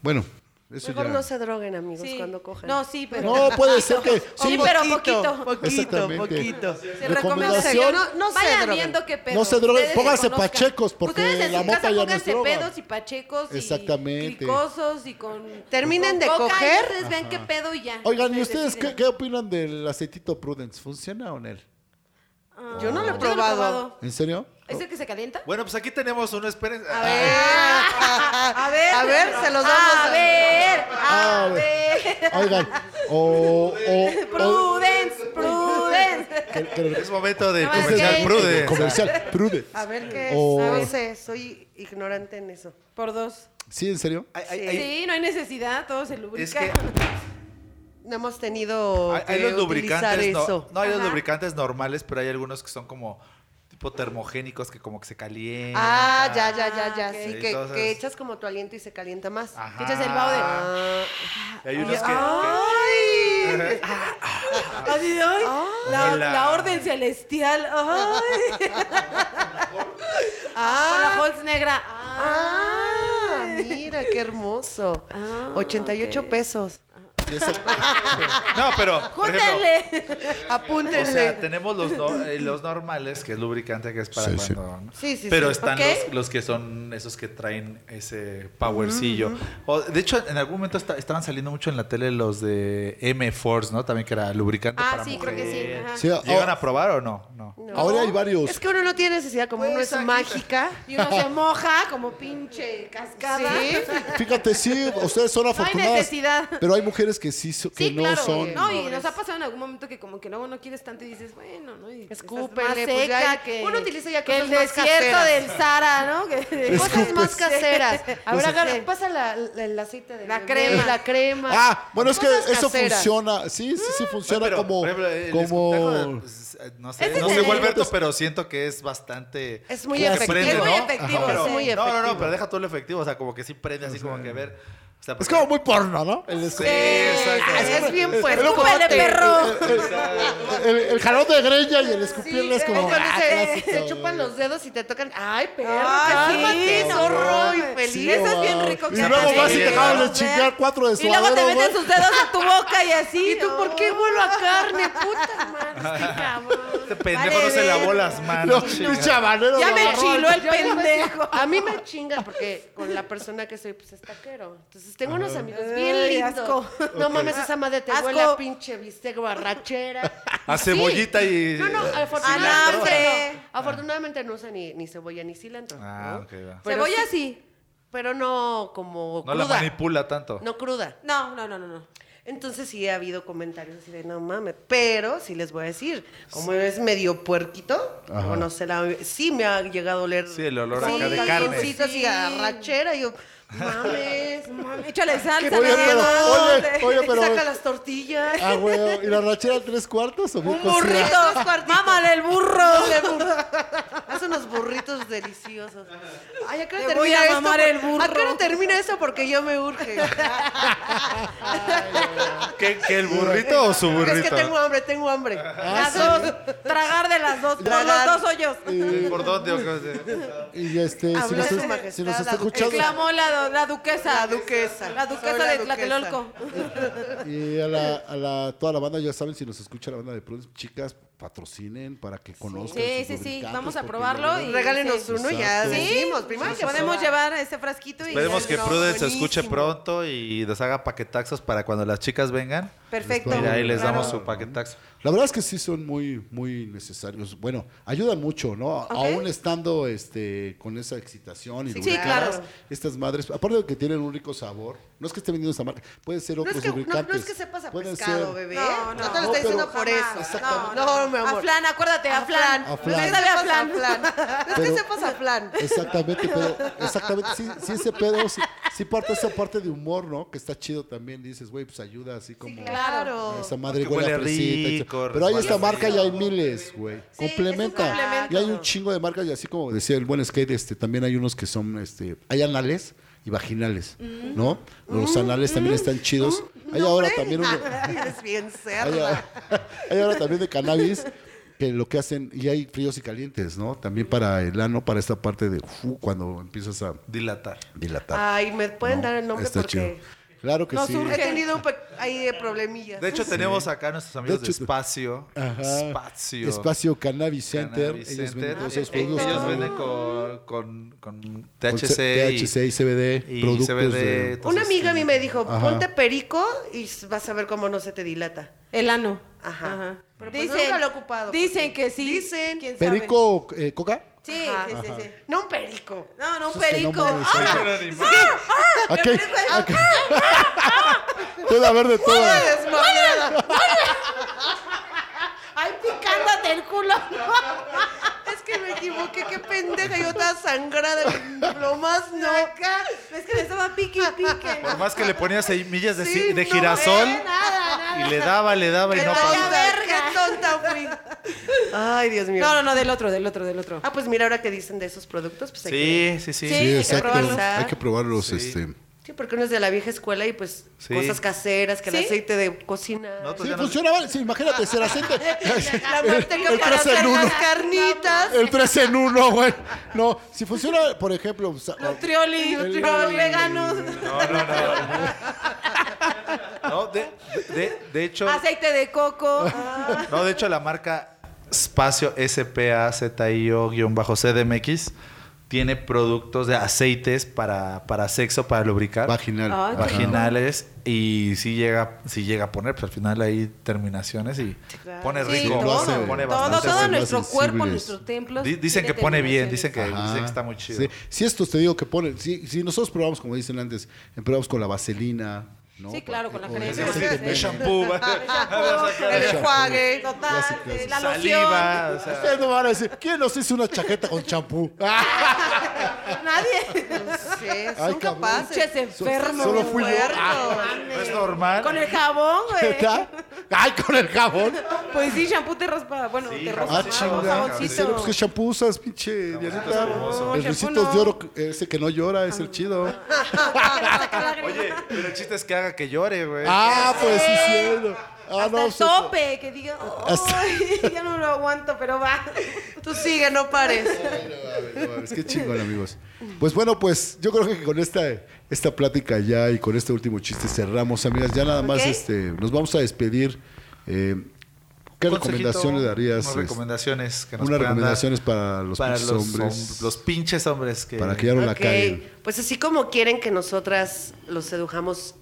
Speaker 10: Bueno, eso
Speaker 11: Mejor
Speaker 10: ya.
Speaker 11: no se droguen, amigos,
Speaker 2: Sí.
Speaker 11: cuando cojan.
Speaker 2: No, sí, pero.
Speaker 10: No, puede ser que-
Speaker 2: Sí,
Speaker 10: sí,
Speaker 2: pero
Speaker 11: poquito,
Speaker 2: poquito.
Speaker 11: poquito,
Speaker 10: Exactamente.
Speaker 11: poquito.
Speaker 10: [laughs]
Speaker 2: Se recomienda
Speaker 10: Recomendación.
Speaker 11: No, no se
Speaker 2: vayan
Speaker 11: droguen.
Speaker 2: viendo qué pedo.
Speaker 10: No se droguen,
Speaker 2: Ustedes
Speaker 10: pónganse
Speaker 2: se conozcan.
Speaker 10: pachecos, porque
Speaker 2: Ustedes en
Speaker 10: la
Speaker 2: su
Speaker 10: mota
Speaker 2: casa
Speaker 10: ya no es
Speaker 2: pónganse
Speaker 10: droga.
Speaker 2: pedos y pachecos y
Speaker 10: Exactamente.
Speaker 2: cricosos y con
Speaker 11: Terminen
Speaker 2: con
Speaker 11: de
Speaker 2: coca y
Speaker 11: coger.
Speaker 2: ustedes vean qué pedo y ya.
Speaker 10: Oigan, ¿y ustedes qué,
Speaker 2: deciden.
Speaker 10: qué opinan del aceitito Prudence? ¿Funciona o no? ¿En
Speaker 2: Ah,
Speaker 11: Yo no lo he probado.
Speaker 2: [laughs]
Speaker 10: serio?
Speaker 2: ¿Es el que se calienta?
Speaker 6: Bueno, pues aquí tenemos uno, esperen.
Speaker 2: A
Speaker 6: Ah,
Speaker 2: ver. A ver.
Speaker 11: A ver, se los vamos a-
Speaker 2: a ver.
Speaker 10: A
Speaker 2: A ver.
Speaker 10: Oigan, o. o- o-
Speaker 2: Prudence, Prudence.
Speaker 10: que- que-
Speaker 6: Es momento de
Speaker 2: No, es
Speaker 6: comercial
Speaker 2: que-
Speaker 6: prude.
Speaker 10: Comercial, Prudence.
Speaker 11: A ver qué
Speaker 6: Oh.
Speaker 10: O-
Speaker 11: es. No sé, soy ignorante en eso.
Speaker 2: Por dos.
Speaker 10: ¿Sí, en serio?
Speaker 6: Hay, hay- hay-
Speaker 2: Sí, no hay necesidad, todo se lubrica.
Speaker 6: es que
Speaker 11: No hemos tenido
Speaker 6: hay, hay
Speaker 11: que
Speaker 6: los lubricantes.
Speaker 11: utilizar
Speaker 6: No,
Speaker 11: eso.
Speaker 6: no, hay los
Speaker 2: Ajá.
Speaker 6: lubricantes normales, pero hay algunos que son como tipo termogénicos que como que se calientan.
Speaker 11: Ah, ya, ya, ya, ya.
Speaker 2: Ah,
Speaker 11: Sí,
Speaker 6: ok.
Speaker 11: que,
Speaker 6: Entonces-
Speaker 11: que echas como tu aliento y se calienta más.
Speaker 6: Ajá.
Speaker 2: Echas el baude.
Speaker 11: Ah,
Speaker 6: Y hay unos que-
Speaker 2: ¡Ay!
Speaker 6: que.
Speaker 2: Así de, ay, la,
Speaker 6: Hola.
Speaker 2: la orden celestial.
Speaker 6: [laughs]
Speaker 2: ¡Ay! Con la Holz negra.
Speaker 11: ah,
Speaker 2: ¡Ay!
Speaker 11: mira, qué hermoso.
Speaker 2: Ah,
Speaker 11: 88
Speaker 2: ok.
Speaker 11: pesos.
Speaker 10: Y ese-
Speaker 6: [laughs] No, pero. por ejemplo,
Speaker 2: ¡Júntenle!
Speaker 11: Apúntenle.
Speaker 6: O sea, tenemos los, no- eh, los normales, que es lubricante, que es para
Speaker 10: Sí, sí.
Speaker 6: cuando... ¿no?
Speaker 11: Sí, sí,
Speaker 6: Pero
Speaker 11: sí.
Speaker 6: están
Speaker 11: Ok.
Speaker 6: los, los que son esos que traen ese powercillo. O, de hecho, en algún momento esta- estaban saliendo mucho en la tele los de M-Force, ¿no? También que era lubricante
Speaker 2: Ah,
Speaker 6: para
Speaker 2: sí,
Speaker 6: mujer.
Speaker 2: creo que sí. ajá.
Speaker 10: Sí,
Speaker 6: ¿Llegan
Speaker 10: ahora-
Speaker 6: a probar o no? No.
Speaker 10: ahora hay varios.
Speaker 11: Es que uno no tiene necesidad, como uno
Speaker 6: Pues
Speaker 11: es
Speaker 6: aquí-
Speaker 11: mágica.
Speaker 2: Y uno se moja como pinche cascada.
Speaker 11: Sí.
Speaker 10: Fíjate, sí, ustedes son afortunadas.
Speaker 2: necesidad.
Speaker 10: Pero hay mujeres que sí, so- que
Speaker 2: Sí,
Speaker 10: no
Speaker 2: claro.
Speaker 10: son.
Speaker 2: No, y
Speaker 11: pobres.
Speaker 2: nos ha pasado en algún momento que como que luego no quieres tanto y dices, bueno, ¿no? Y estás más
Speaker 11: Escúpele,
Speaker 2: seca
Speaker 11: pues ya-
Speaker 2: que
Speaker 11: uno utiliza ya
Speaker 2: que el
Speaker 11: cosas más
Speaker 2: desierto
Speaker 11: caseras.
Speaker 2: del Sahara, ¿no?
Speaker 10: [laughs]
Speaker 2: Que-
Speaker 11: Cosas
Speaker 2: [laughs]
Speaker 11: más caseras. A ver,
Speaker 2: Sí.
Speaker 11: agarra, pasa la- la- el aceite de
Speaker 2: La
Speaker 11: bebé,
Speaker 2: crema.
Speaker 11: La crema.
Speaker 10: Ah, bueno, es que
Speaker 11: Cosas
Speaker 10: eso
Speaker 11: caseras.
Speaker 10: funciona. Sí, sí, sí, funciona
Speaker 6: Pero,
Speaker 10: como.
Speaker 6: por ejemplo, el escupitajo,
Speaker 10: como...
Speaker 6: pues, eh, no sé,
Speaker 2: Ese
Speaker 6: no
Speaker 2: es
Speaker 6: sé,
Speaker 2: el-
Speaker 6: Gualberto, pero siento que es bastante...
Speaker 11: Es muy
Speaker 6: como que
Speaker 11: efectivo.
Speaker 6: prende,
Speaker 2: Es muy
Speaker 6: ¿no?
Speaker 2: efectivo,
Speaker 6: Ajá, pero-
Speaker 11: es muy
Speaker 6: No, no,
Speaker 11: efectivo.
Speaker 6: no, pero deja todo lo efectivo. O sea, como que sí prende así como que a ver... o sea,
Speaker 10: Es
Speaker 6: porque-
Speaker 10: como muy porno, ¿no? El,
Speaker 6: Sí, exacto.
Speaker 11: Es, es bien fuerte.
Speaker 2: ¡Escúpele, perro!
Speaker 10: el- el jalón de greña y el escupirle es como.
Speaker 11: Es cuando [laughs] se,
Speaker 10: "Ah,
Speaker 11: se chupan los dedos y te tocan. ¡Ay, perro!
Speaker 2: Ay,
Speaker 11: ¡Cálmate,
Speaker 2: sí, no
Speaker 11: zorro!
Speaker 2: mames.
Speaker 11: infeliz!
Speaker 10: Sí,
Speaker 2: Eso es
Speaker 10: wow.
Speaker 2: bien rico.
Speaker 10: Y
Speaker 2: que
Speaker 10: luego
Speaker 2: hagas.
Speaker 10: vas y
Speaker 6: te
Speaker 2: Sí,
Speaker 6: acabas de
Speaker 2: ¿no?
Speaker 10: chingar cuatro de
Speaker 2: Y luego te
Speaker 10: suadero,
Speaker 2: meten
Speaker 10: güey.
Speaker 2: sus dedos a tu boca [laughs] y así.
Speaker 11: ¿Y tú por qué vuelo a carne? ¡Puta madre! este cabrón.
Speaker 6: Este pendejo
Speaker 2: Vale,
Speaker 6: no se
Speaker 2: verga.
Speaker 6: lavó las
Speaker 10: No,
Speaker 6: manos.
Speaker 10: un
Speaker 6: chinga.
Speaker 10: chavalero.
Speaker 2: Ya
Speaker 10: lo
Speaker 2: me
Speaker 10: agarró.
Speaker 2: chiló el
Speaker 11: Yo les voy a decir,
Speaker 2: pendejo.
Speaker 11: A mí me chinga porque con la persona que soy, pues es taquero. Entonces tengo unos amigos bien
Speaker 2: Ay,
Speaker 11: lindos.
Speaker 2: asco.
Speaker 11: No mames, esa madre te
Speaker 2: Asco.
Speaker 11: huele a pinche bistec barrachera.
Speaker 6: A cebollita y- eh,
Speaker 11: No, no,
Speaker 6: y
Speaker 11: afortunadamente
Speaker 2: cilantro.
Speaker 11: no. Afortunadamente no usa ni, ni cebolla ni cilantro.
Speaker 6: Ah,
Speaker 11: ¿no?
Speaker 6: ok, va.
Speaker 11: Pero
Speaker 2: Cebolla
Speaker 11: sí-
Speaker 2: sí.
Speaker 11: Pero no como
Speaker 6: No la
Speaker 11: cruda.
Speaker 6: manipula tanto.
Speaker 11: no cruda.
Speaker 2: No, no, no, no. no.
Speaker 11: Entonces sí ha habido comentarios así de no mames, pero sí les voy a decir, como es medio puerquito, o no se la, sí me ha llegado a oler.
Speaker 6: Sí, el olor
Speaker 11: sí,
Speaker 6: acá de carne.
Speaker 11: Sí, así arrachera, y yo [laughs] mames,
Speaker 2: Mami, Échale salsa.
Speaker 10: Oye,
Speaker 2: no,
Speaker 10: pero,
Speaker 2: no,
Speaker 11: [laughs]
Speaker 10: oye,
Speaker 2: de-
Speaker 10: oye, pero.
Speaker 11: saca las tortillas. [laughs]
Speaker 10: Ah, güey. ¿Y la rachera tres cuartos o bien
Speaker 2: Un
Speaker 10: cocida?
Speaker 2: burrito. Mámale el burro.
Speaker 11: Hace unos burritos deliciosos. Ay, acá
Speaker 2: Te voy a mamar el burro.
Speaker 11: Acá termina eso porque yo me urge.
Speaker 6: ¿Qué, qué, el burrito o su burrito? Ah,
Speaker 11: Es que tengo hambre, tengo hambre.
Speaker 2: Las dos. Tragar de las dos. Por los
Speaker 11: Tragar.
Speaker 2: dos hoyos.
Speaker 10: Eh,
Speaker 6: ¿Por dónde? o qué?
Speaker 10: Y este, si nos,
Speaker 11: Hablando,
Speaker 10: si nos está
Speaker 11: majestad,
Speaker 10: escuchando.
Speaker 2: Exclamó la, la duquesa.
Speaker 11: La duquesa.
Speaker 2: La duquesa
Speaker 11: Soy la
Speaker 2: de
Speaker 11: duquesa.
Speaker 2: Tlatelolco.
Speaker 10: Y a, la, a la- toda la banda, ya saben, si nos escucha la banda de Prudence, chicas, patrocinen para que conozcan.
Speaker 2: Sí, sí,
Speaker 10: sus
Speaker 2: sí.
Speaker 10: lubricantes,
Speaker 2: Vamos a
Speaker 10: porque
Speaker 2: probarlo.
Speaker 10: luego-
Speaker 2: Y,
Speaker 11: Regálenos uno y ya
Speaker 10: Exacto.
Speaker 11: decimos. Primero
Speaker 2: Sí,
Speaker 11: que
Speaker 2: podemos
Speaker 11: probar.
Speaker 2: llevar ese frasquito y.
Speaker 6: Esperemos que
Speaker 2: No,
Speaker 6: Prudence
Speaker 2: buenísimo.
Speaker 6: escuche pronto y les haga paquetaxos para cuando las chicas vengan.
Speaker 2: Perfecto.
Speaker 6: Y ahí les
Speaker 2: Claro.
Speaker 6: damos su paquetaxo.
Speaker 10: La verdad es que sí son muy, muy necesarios. Bueno, ayudan mucho, ¿no? Aún estando este, con esa excitación y
Speaker 11: Sí,
Speaker 10: lubricadas,
Speaker 11: claro.
Speaker 10: estas madres, aparte de que tienen un rico sabor, no es que esté vendiendo esta marca, pueden ser
Speaker 11: No
Speaker 10: otros
Speaker 11: es, que, no,
Speaker 10: lubricantes.
Speaker 11: no es que sepas a
Speaker 10: Pueden
Speaker 11: pescado,
Speaker 10: ser-
Speaker 11: bebé.
Speaker 2: No, no,
Speaker 11: No, te lo
Speaker 10: no,
Speaker 11: estoy diciendo
Speaker 10: pero-
Speaker 11: por
Speaker 2: Ah,
Speaker 11: eso.
Speaker 10: Exactamente.
Speaker 11: No, mi amor.
Speaker 2: A Flan, acuérdate, a Flan.
Speaker 10: A Flan.
Speaker 2: No sabe a Flan.
Speaker 11: No es
Speaker 10: Pero-
Speaker 11: que sepas a flan.
Speaker 10: Exactamente, pero exactamente, sí, sí ese pedo, sí, sí parte esa parte de humor, ¿no? Que está chido también, dices, güey, pues ayuda así como...
Speaker 11: Claro.
Speaker 10: Esa madre
Speaker 6: Que
Speaker 10: huele,
Speaker 6: huele
Speaker 10: a fresita,
Speaker 6: rico,
Speaker 10: etcétera. Pero hay
Speaker 6: huele
Speaker 10: esta
Speaker 6: rico.
Speaker 10: marca y hay miles, güey. complementa.
Speaker 2: complemento.
Speaker 10: Y hay un chingo de marcas y así como decía el buen skate, este, también hay unos que son, este, hay anales y vaginales, ¿no? Los anales también están chidos.
Speaker 11: Mm,
Speaker 10: hay ahora también
Speaker 11: [laughs]
Speaker 10: uno-
Speaker 11: Eres bien
Speaker 10: hay,
Speaker 11: cerda.
Speaker 10: a- hay ahora también de cannabis que lo que hacen, y hay fríos y calientes, ¿no? También para el ano, para esta parte de ujú, cuando empiezas a
Speaker 6: Dilatar.
Speaker 10: dilatar.
Speaker 11: Ay, ¿me Ah, pueden dar el nombre?
Speaker 10: Está
Speaker 11: Porque
Speaker 10: chido. Claro que
Speaker 2: Nos
Speaker 10: sí.
Speaker 11: he
Speaker 2: urge.
Speaker 11: tenido un pe- ahí de problemillas.
Speaker 6: De hecho, tenemos acá a nuestros amigos de,
Speaker 10: hecho,
Speaker 6: Espacio.
Speaker 10: Ajá.
Speaker 6: Espacio.
Speaker 10: Espacio Cannabis Center.
Speaker 6: Cannabis
Speaker 10: Ellos
Speaker 6: Center.
Speaker 10: venden todos esos
Speaker 6: Eh,
Speaker 10: productos.
Speaker 6: Ellos
Speaker 10: ¿no?
Speaker 6: venden con, con, con
Speaker 10: Con
Speaker 6: THC,
Speaker 10: C-
Speaker 6: y-
Speaker 10: THC y CBD.
Speaker 6: y
Speaker 10: productos
Speaker 6: CBD.
Speaker 10: de-
Speaker 6: entonces,
Speaker 11: Una amiga a mí me dijo,
Speaker 10: Ajá.
Speaker 11: ponte perico y s- vas a ver cómo no se te dilata.
Speaker 2: El ano.
Speaker 11: Ajá. Pero pues
Speaker 2: Dicen-
Speaker 11: nunca lo he ocupado.
Speaker 2: Dicen
Speaker 11: porque-
Speaker 2: que sí.
Speaker 11: Dicen.
Speaker 2: ¿Quién sabe?
Speaker 10: ¿Perico eh, coca?
Speaker 2: Sí,
Speaker 11: Ajá.
Speaker 2: sí, sí, sí.
Speaker 11: No un perico.
Speaker 2: No, no, un
Speaker 10: Eso es que no
Speaker 2: perico.
Speaker 10: mames,
Speaker 2: ¡Ah!
Speaker 10: oye.
Speaker 6: Pero ni más.
Speaker 10: ¿A qué? ¿A qué? Puede haber de todo.
Speaker 11: Desmadrada.
Speaker 2: ¡Ay, picándote el culo!
Speaker 11: Es que me equivoqué, qué pendeja. Yo estaba sangrada. Lo más no.
Speaker 2: Acá, es que le estaba pique y
Speaker 11: [laughs]
Speaker 2: pique.
Speaker 6: Por más que le ponías semillas de,
Speaker 11: Sí,
Speaker 6: ci- de
Speaker 11: no,
Speaker 6: girasol
Speaker 11: eh,
Speaker 2: Nada, nada.
Speaker 6: y le daba, le daba y
Speaker 11: Qué
Speaker 6: no
Speaker 11: tonta,
Speaker 6: pasaba.
Speaker 2: verga.
Speaker 11: Qué tonta fui. Ay, Dios mío.
Speaker 2: No, no, no, del otro, del otro, del otro.
Speaker 11: Ah, pues mira, ahora que dicen de esos productos, pues hay que-
Speaker 6: Sí, sí, sí.
Speaker 10: Sí, exacto.
Speaker 11: probarlos.
Speaker 10: Hay que probarlos.
Speaker 6: Sí.
Speaker 10: Este.
Speaker 11: Sí, porque uno es de la vieja escuela y pues
Speaker 6: Sí.
Speaker 11: cosas caseras, que
Speaker 2: Sí.
Speaker 11: el aceite de cocina.
Speaker 6: Nosotros Pues
Speaker 10: Sí,
Speaker 6: ya nos-
Speaker 10: funciona. vale. Sí, imagínate, ser aceite.
Speaker 11: [laughs] La manteca
Speaker 10: el
Speaker 11: para
Speaker 10: tres en
Speaker 11: hacer
Speaker 10: uno.
Speaker 11: las carnitas.
Speaker 10: El 3 en 1, güey. No, si funciona, por ejemplo. o sea,
Speaker 2: Nutrioli, nutrioli, veganos.
Speaker 6: No, no, no. No, de, de- de- de hecho,
Speaker 2: Aceite de coco.
Speaker 6: no, de hecho la marca Espacio SPAZIO-CDMX tiene productos de aceites para, para sexo, para lubricar.
Speaker 10: Vaginal.
Speaker 2: Ah,
Speaker 10: Ajá.
Speaker 6: vaginales y si llega si llega a poner pues al final hay terminaciones y pone
Speaker 2: Sí,
Speaker 6: rico
Speaker 10: lo hace-
Speaker 2: todo,
Speaker 6: pone
Speaker 10: lo
Speaker 2: todo,
Speaker 6: bastante
Speaker 2: todo
Speaker 10: más
Speaker 6: bueno.
Speaker 2: nuestro cuerpo,
Speaker 10: sensibles.
Speaker 2: nuestros templos.
Speaker 6: Di- dicen que
Speaker 2: tiene
Speaker 6: pone bien dicen
Speaker 2: terminaciones.
Speaker 6: que,
Speaker 10: Ajá.
Speaker 6: dicen que está muy chido
Speaker 10: Sí. Si estos te digo que ponen, si, si nosotros probamos, como dicen antes, probamos con la vaselina. ¿no?
Speaker 2: Sí, claro, con la
Speaker 10: O-
Speaker 2: crema.
Speaker 10: o-
Speaker 2: Sí, sí,
Speaker 6: el
Speaker 2: sí.
Speaker 11: [laughs]
Speaker 6: shampoo
Speaker 11: Ah,
Speaker 6: va- [laughs]
Speaker 2: El enjuague, total,
Speaker 10: Clásico, clásico.
Speaker 2: la loción.
Speaker 6: saliva o sea,
Speaker 10: Ustedes no van a decir, ¿quién nos hizo una chaqueta
Speaker 2: [laughs]
Speaker 10: con champú? Ah,
Speaker 2: Nadie.
Speaker 11: No sé,
Speaker 10: Ay,
Speaker 11: son
Speaker 10: cabrón.
Speaker 11: capaces.
Speaker 2: Pinches enfermos.
Speaker 10: solo fui yo.
Speaker 11: Muertos.
Speaker 6: no es normal
Speaker 2: Con el jabón, güey.
Speaker 10: ¿Neta? Ay, con el jabón.
Speaker 2: Pues sí, shampoo te raspa. Bueno,
Speaker 6: Sí,
Speaker 2: te
Speaker 6: jabón,
Speaker 2: raspa.
Speaker 10: Ah,
Speaker 6: sí,
Speaker 2: un
Speaker 10: chinga.
Speaker 6: jabón,
Speaker 10: ¿En
Speaker 2: jaboncito.
Speaker 10: serio? Pues, ¿Qué shampoo usas, pinche Dianita?
Speaker 6: hermoso.
Speaker 10: El
Speaker 2: No, shampoo
Speaker 10: Lucitos
Speaker 2: no. Ah.
Speaker 10: de oro, ese que no llora, es el chido.
Speaker 6: oye pero el chiste es que haga que llore güey
Speaker 10: Ah, pues sí, cielo. Ah,
Speaker 2: Hasta
Speaker 10: no,
Speaker 2: el
Speaker 10: sí.
Speaker 2: tope, que diga, "Ay, ya no lo aguanto, pero va. [laughs]
Speaker 11: Tú sigue, no pares.
Speaker 10: Es que chingón, amigos. Pues bueno, pues yo creo que con esta, esta plática ya y con este último chiste cerramos, amigas. Ya nada más
Speaker 11: Ok.
Speaker 10: este, nos vamos a despedir. Eh, ¿Qué
Speaker 6: Un consejito,
Speaker 10: recomendación le darías?
Speaker 6: unas
Speaker 10: este,
Speaker 6: recomendaciones que nos
Speaker 10: unas
Speaker 6: puedan dar
Speaker 10: recomendaciones para los
Speaker 6: para
Speaker 10: pinches
Speaker 6: los
Speaker 10: hombres.
Speaker 6: hom- los pinches hombres que
Speaker 10: para que ya no la
Speaker 11: Ok,
Speaker 10: caguen.
Speaker 11: Pues así como quieren que nosotras los sedujamos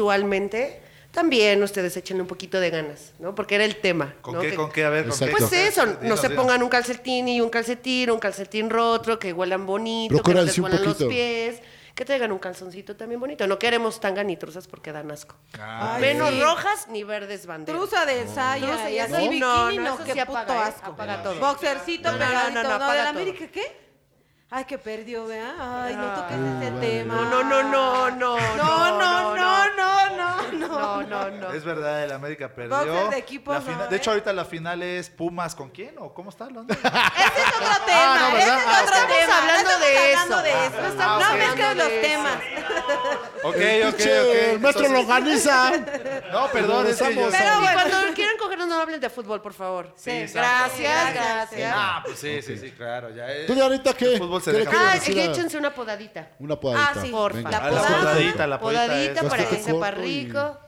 Speaker 11: visualmente, también ustedes échenle un poquito de ganas, ¿no? Porque era el tema.
Speaker 6: con
Speaker 11: ¿no?
Speaker 6: qué
Speaker 11: Que-
Speaker 6: con qué a ver con qué
Speaker 10: Exacto.
Speaker 11: Pues eso, no
Speaker 6: Dinos,
Speaker 11: se
Speaker 6: dinos.
Speaker 11: pongan un calcetín y un calcetín, un calcetín roto, que huelan bonito,
Speaker 10: Procúrense
Speaker 11: que no
Speaker 10: un
Speaker 11: les huelan los
Speaker 10: poquito.
Speaker 11: pies, que traigan un calzoncito también bonito. No queremos tangas ni truzas porque dan asco.
Speaker 6: Ah,
Speaker 11: Menos
Speaker 2: sí.
Speaker 11: rojas ni verdes banderas.
Speaker 2: Truza de
Speaker 11: Truza
Speaker 2: saya
Speaker 11: y
Speaker 2: y
Speaker 11: así.
Speaker 2: así,
Speaker 11: No,
Speaker 2: bikini,
Speaker 11: no,
Speaker 2: no,
Speaker 11: eso
Speaker 2: qué
Speaker 11: sí
Speaker 2: puto
Speaker 11: apaga, ¿eh?
Speaker 2: asco.
Speaker 11: Apaga todo.
Speaker 2: Boxercito
Speaker 11: No, no,
Speaker 2: pegadito, no,
Speaker 11: no, no,
Speaker 2: de la
Speaker 11: apaga todo. Ah.
Speaker 2: América, ¿qué? Ay, que perdió, ¿verdad? Ay, no toques ese tema.
Speaker 11: No, no, no, no, no,
Speaker 2: No, no, no, no, no,
Speaker 11: no, no, no.
Speaker 6: Es verdad, el América perdió.
Speaker 2: Boxer de equipo,
Speaker 6: La
Speaker 2: no,
Speaker 6: fina-
Speaker 2: ¿eh?
Speaker 6: De hecho, ahorita la final es Pumas con quién o cómo está hablando.
Speaker 2: Ese es otro tema,
Speaker 6: no,
Speaker 2: ese
Speaker 6: ¿verdad?
Speaker 2: es
Speaker 6: Ah,
Speaker 2: otro
Speaker 11: estamos
Speaker 2: tema.
Speaker 11: hablando
Speaker 2: no
Speaker 11: de
Speaker 2: estamos hablando
Speaker 11: eso.
Speaker 2: de eso. No, estamos- no
Speaker 6: Ah, ok.
Speaker 2: mezcles los
Speaker 11: Hablando de
Speaker 2: temas.
Speaker 6: ok,
Speaker 10: El
Speaker 6: ok, ok.
Speaker 10: pinche maestro
Speaker 6: Entonces-
Speaker 10: Longaniza.
Speaker 6: [laughs] No, perdón, es que yo.
Speaker 2: Pero
Speaker 11: Y
Speaker 2: bueno.
Speaker 11: cuando quieran cogernos, no hablen de fútbol, por favor.
Speaker 6: Sí, exacto.
Speaker 11: gracias, gracias.
Speaker 6: Ah, pues sí, sí, sí, claro. Ya es.
Speaker 10: ¿Tú, Dianita, qué?
Speaker 6: El fútbol se
Speaker 10: ¿Qué le
Speaker 6: deja.
Speaker 10: quieres
Speaker 11: Ah,
Speaker 10: decir
Speaker 11: que
Speaker 10: a-
Speaker 11: échense una podadita.
Speaker 10: Una podadita.
Speaker 11: Ah, sí, porfa.
Speaker 10: Venga.
Speaker 11: La
Speaker 6: Ah, la
Speaker 11: podada.
Speaker 6: podadita, la podadita.
Speaker 11: Podadita
Speaker 6: es-
Speaker 11: para que
Speaker 10: Bastante
Speaker 11: sepa
Speaker 10: corto y-
Speaker 11: rico.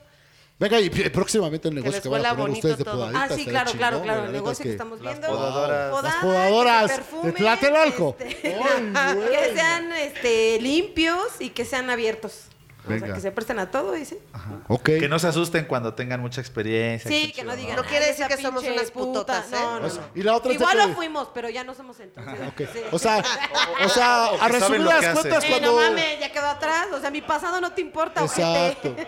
Speaker 10: Venga, y pr- próximamente el negocio
Speaker 2: les
Speaker 10: que van
Speaker 2: huela
Speaker 10: a poner
Speaker 2: bonito
Speaker 10: ustedes de
Speaker 2: todo.
Speaker 10: podaditas.
Speaker 2: Ah, sí,
Speaker 10: está
Speaker 2: claro, claro,
Speaker 10: chingón,
Speaker 2: claro, el
Speaker 10: güey, la neta
Speaker 2: negocio
Speaker 10: es
Speaker 2: que estamos viendo.
Speaker 10: Las podadoras.
Speaker 2: Podada,
Speaker 10: Las
Speaker 2: que
Speaker 10: podadoras
Speaker 2: se
Speaker 10: de
Speaker 2: perfumen,
Speaker 10: Tlatelolco.
Speaker 2: este, [laughs] que sean este, limpios y que sean abiertos. O sea,
Speaker 6: Venga.
Speaker 2: que se presten a todo, dice.
Speaker 10: Ah,
Speaker 6: Que no se asusten cuando tengan mucha experiencia.
Speaker 2: Sí, que no digan.
Speaker 11: No quiere
Speaker 2: "Ay,
Speaker 11: decir
Speaker 2: esa
Speaker 11: que somos
Speaker 2: pinche
Speaker 11: unas putotas,
Speaker 2: puta".
Speaker 11: ¿eh?
Speaker 2: No, no,
Speaker 10: O sea,
Speaker 2: no.
Speaker 10: y la otra es de
Speaker 2: Igual
Speaker 10: que-
Speaker 2: lo fuimos, pero ya no somos entonces.
Speaker 6: [laughs]
Speaker 10: Ok.
Speaker 2: Sí.
Speaker 10: O
Speaker 2: [laughs]
Speaker 10: sea, o sea,
Speaker 6: O que
Speaker 10: a
Speaker 6: saben
Speaker 10: resumir
Speaker 6: lo que
Speaker 10: las cuentas
Speaker 2: Eh,
Speaker 10: cuando...
Speaker 2: no mames, ya quedó atrás. O sea, mi pasado no te importa,
Speaker 10: Exacto.
Speaker 2: ojete.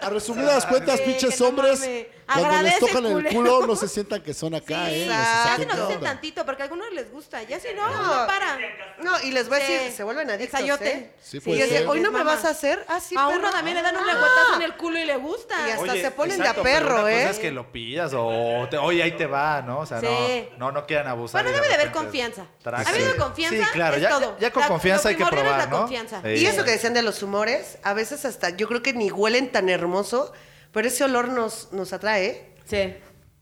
Speaker 10: A resumir las cuentas,
Speaker 2: Sí,
Speaker 10: pinches
Speaker 2: que no
Speaker 10: hombres,
Speaker 2: mames.
Speaker 10: cuando les
Speaker 2: Agradece,
Speaker 10: tocan el
Speaker 2: culero.
Speaker 10: culo, no se sientan que son acá, ¿eh? No se
Speaker 2: Ya
Speaker 10: saquen
Speaker 2: se nos
Speaker 10: de
Speaker 2: dicen
Speaker 10: onda.
Speaker 2: tantito, porque a algunos les gusta. Ya si no,
Speaker 11: No.
Speaker 2: no, paran.
Speaker 11: No, y les voy a decir,
Speaker 2: Sí.
Speaker 11: se vuelven adictos,
Speaker 2: Sayote.
Speaker 11: ¿eh?
Speaker 10: Sí,
Speaker 11: Y
Speaker 10: puede
Speaker 11: es de,
Speaker 10: ser.
Speaker 11: hoy no me
Speaker 2: Mamá.
Speaker 11: vas a hacer Ah, así,
Speaker 2: A uno también le dan un lenguetazo en
Speaker 11: Ah.
Speaker 2: el culo y le gusta.
Speaker 11: Y hasta
Speaker 6: Oye,
Speaker 11: se ponen
Speaker 6: exacto,
Speaker 11: de a
Speaker 6: pero
Speaker 11: perro,
Speaker 6: una
Speaker 11: ¿eh?
Speaker 6: cosa es que lo pidas o te- oye, ahí te va, ¿no? O sea,
Speaker 2: Sí.
Speaker 6: no, no, no quieran abusar.
Speaker 2: Bueno,
Speaker 6: y
Speaker 2: debe de haber
Speaker 6: repente
Speaker 2: confianza.
Speaker 6: traca.
Speaker 2: Habiendo
Speaker 6: Sí.
Speaker 2: confianza
Speaker 6: Sí, claro,
Speaker 2: es
Speaker 6: ya,
Speaker 2: todo.
Speaker 6: ya con
Speaker 2: La-
Speaker 6: confianza
Speaker 2: lo
Speaker 6: hay que
Speaker 2: primordial es
Speaker 6: probar,
Speaker 2: la
Speaker 6: ¿no?
Speaker 2: confianza.
Speaker 6: Sí.
Speaker 11: Y eso que decían de los humores, a veces hasta yo creo que ni huelen tan hermoso, pero ese olor nos, nos atrae. ¿eh?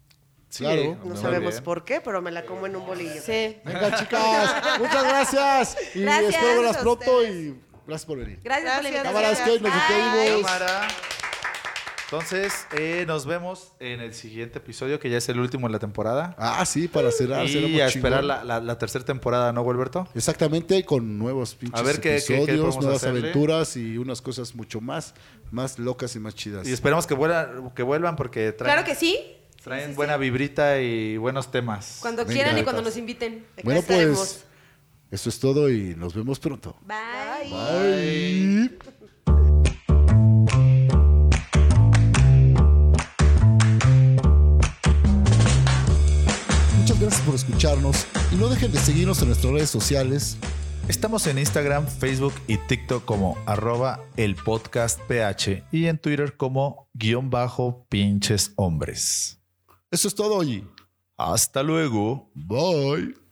Speaker 2: Sí.
Speaker 6: Sí,
Speaker 10: Claro.
Speaker 11: No
Speaker 6: muy
Speaker 11: sabemos
Speaker 6: bien.
Speaker 11: por qué, pero me la como en un bolillo.
Speaker 2: Sí.
Speaker 10: Venga, chicas, muchas gracias. Y
Speaker 2: Gracias
Speaker 10: espero verlas
Speaker 11: a
Speaker 10: pronto
Speaker 11: ustedes.
Speaker 10: y gracias por venir.
Speaker 2: Gracias, por la invitación.
Speaker 11: Gracias,
Speaker 10: Cámara, es que nos despedimos.
Speaker 6: Cámara. Entonces, eh, nos vemos en el siguiente episodio, que ya es el último de la temporada.
Speaker 10: Ah, sí, para cerrar. será muy
Speaker 6: y a esperar
Speaker 10: chingón.
Speaker 6: la, la- la tercera temporada, ¿no, Gualberto?
Speaker 10: Exactamente, con nuevos pinches
Speaker 6: A ver qué- qué- qué
Speaker 10: episodios,
Speaker 6: podemos
Speaker 10: nuevas
Speaker 6: hacerle.
Speaker 10: aventuras y unas cosas mucho más, más locas y más chidas.
Speaker 6: Y esperamos que, vuelan- que vuelvan porque traen,
Speaker 2: Claro que sí.
Speaker 6: traen buena vibrita y buenos temas.
Speaker 2: Cuando
Speaker 10: Venga,
Speaker 2: quieran y
Speaker 10: ahorita.
Speaker 2: cuando nos inviten.
Speaker 11: Aquí
Speaker 10: bueno,
Speaker 11: estaremos.
Speaker 10: pues, eso es todo y nos vemos pronto.
Speaker 2: Bye.
Speaker 10: Bye. Muchas gracias por escucharnos y no dejen de seguirnos en nuestras redes sociales.
Speaker 6: Estamos en Instagram, Facebook y TikTok como arroba el podcast PH y en Twitter como guión bajo pinches hombres.
Speaker 10: Eso es todo hoy.
Speaker 6: Hasta luego.
Speaker 10: Bye.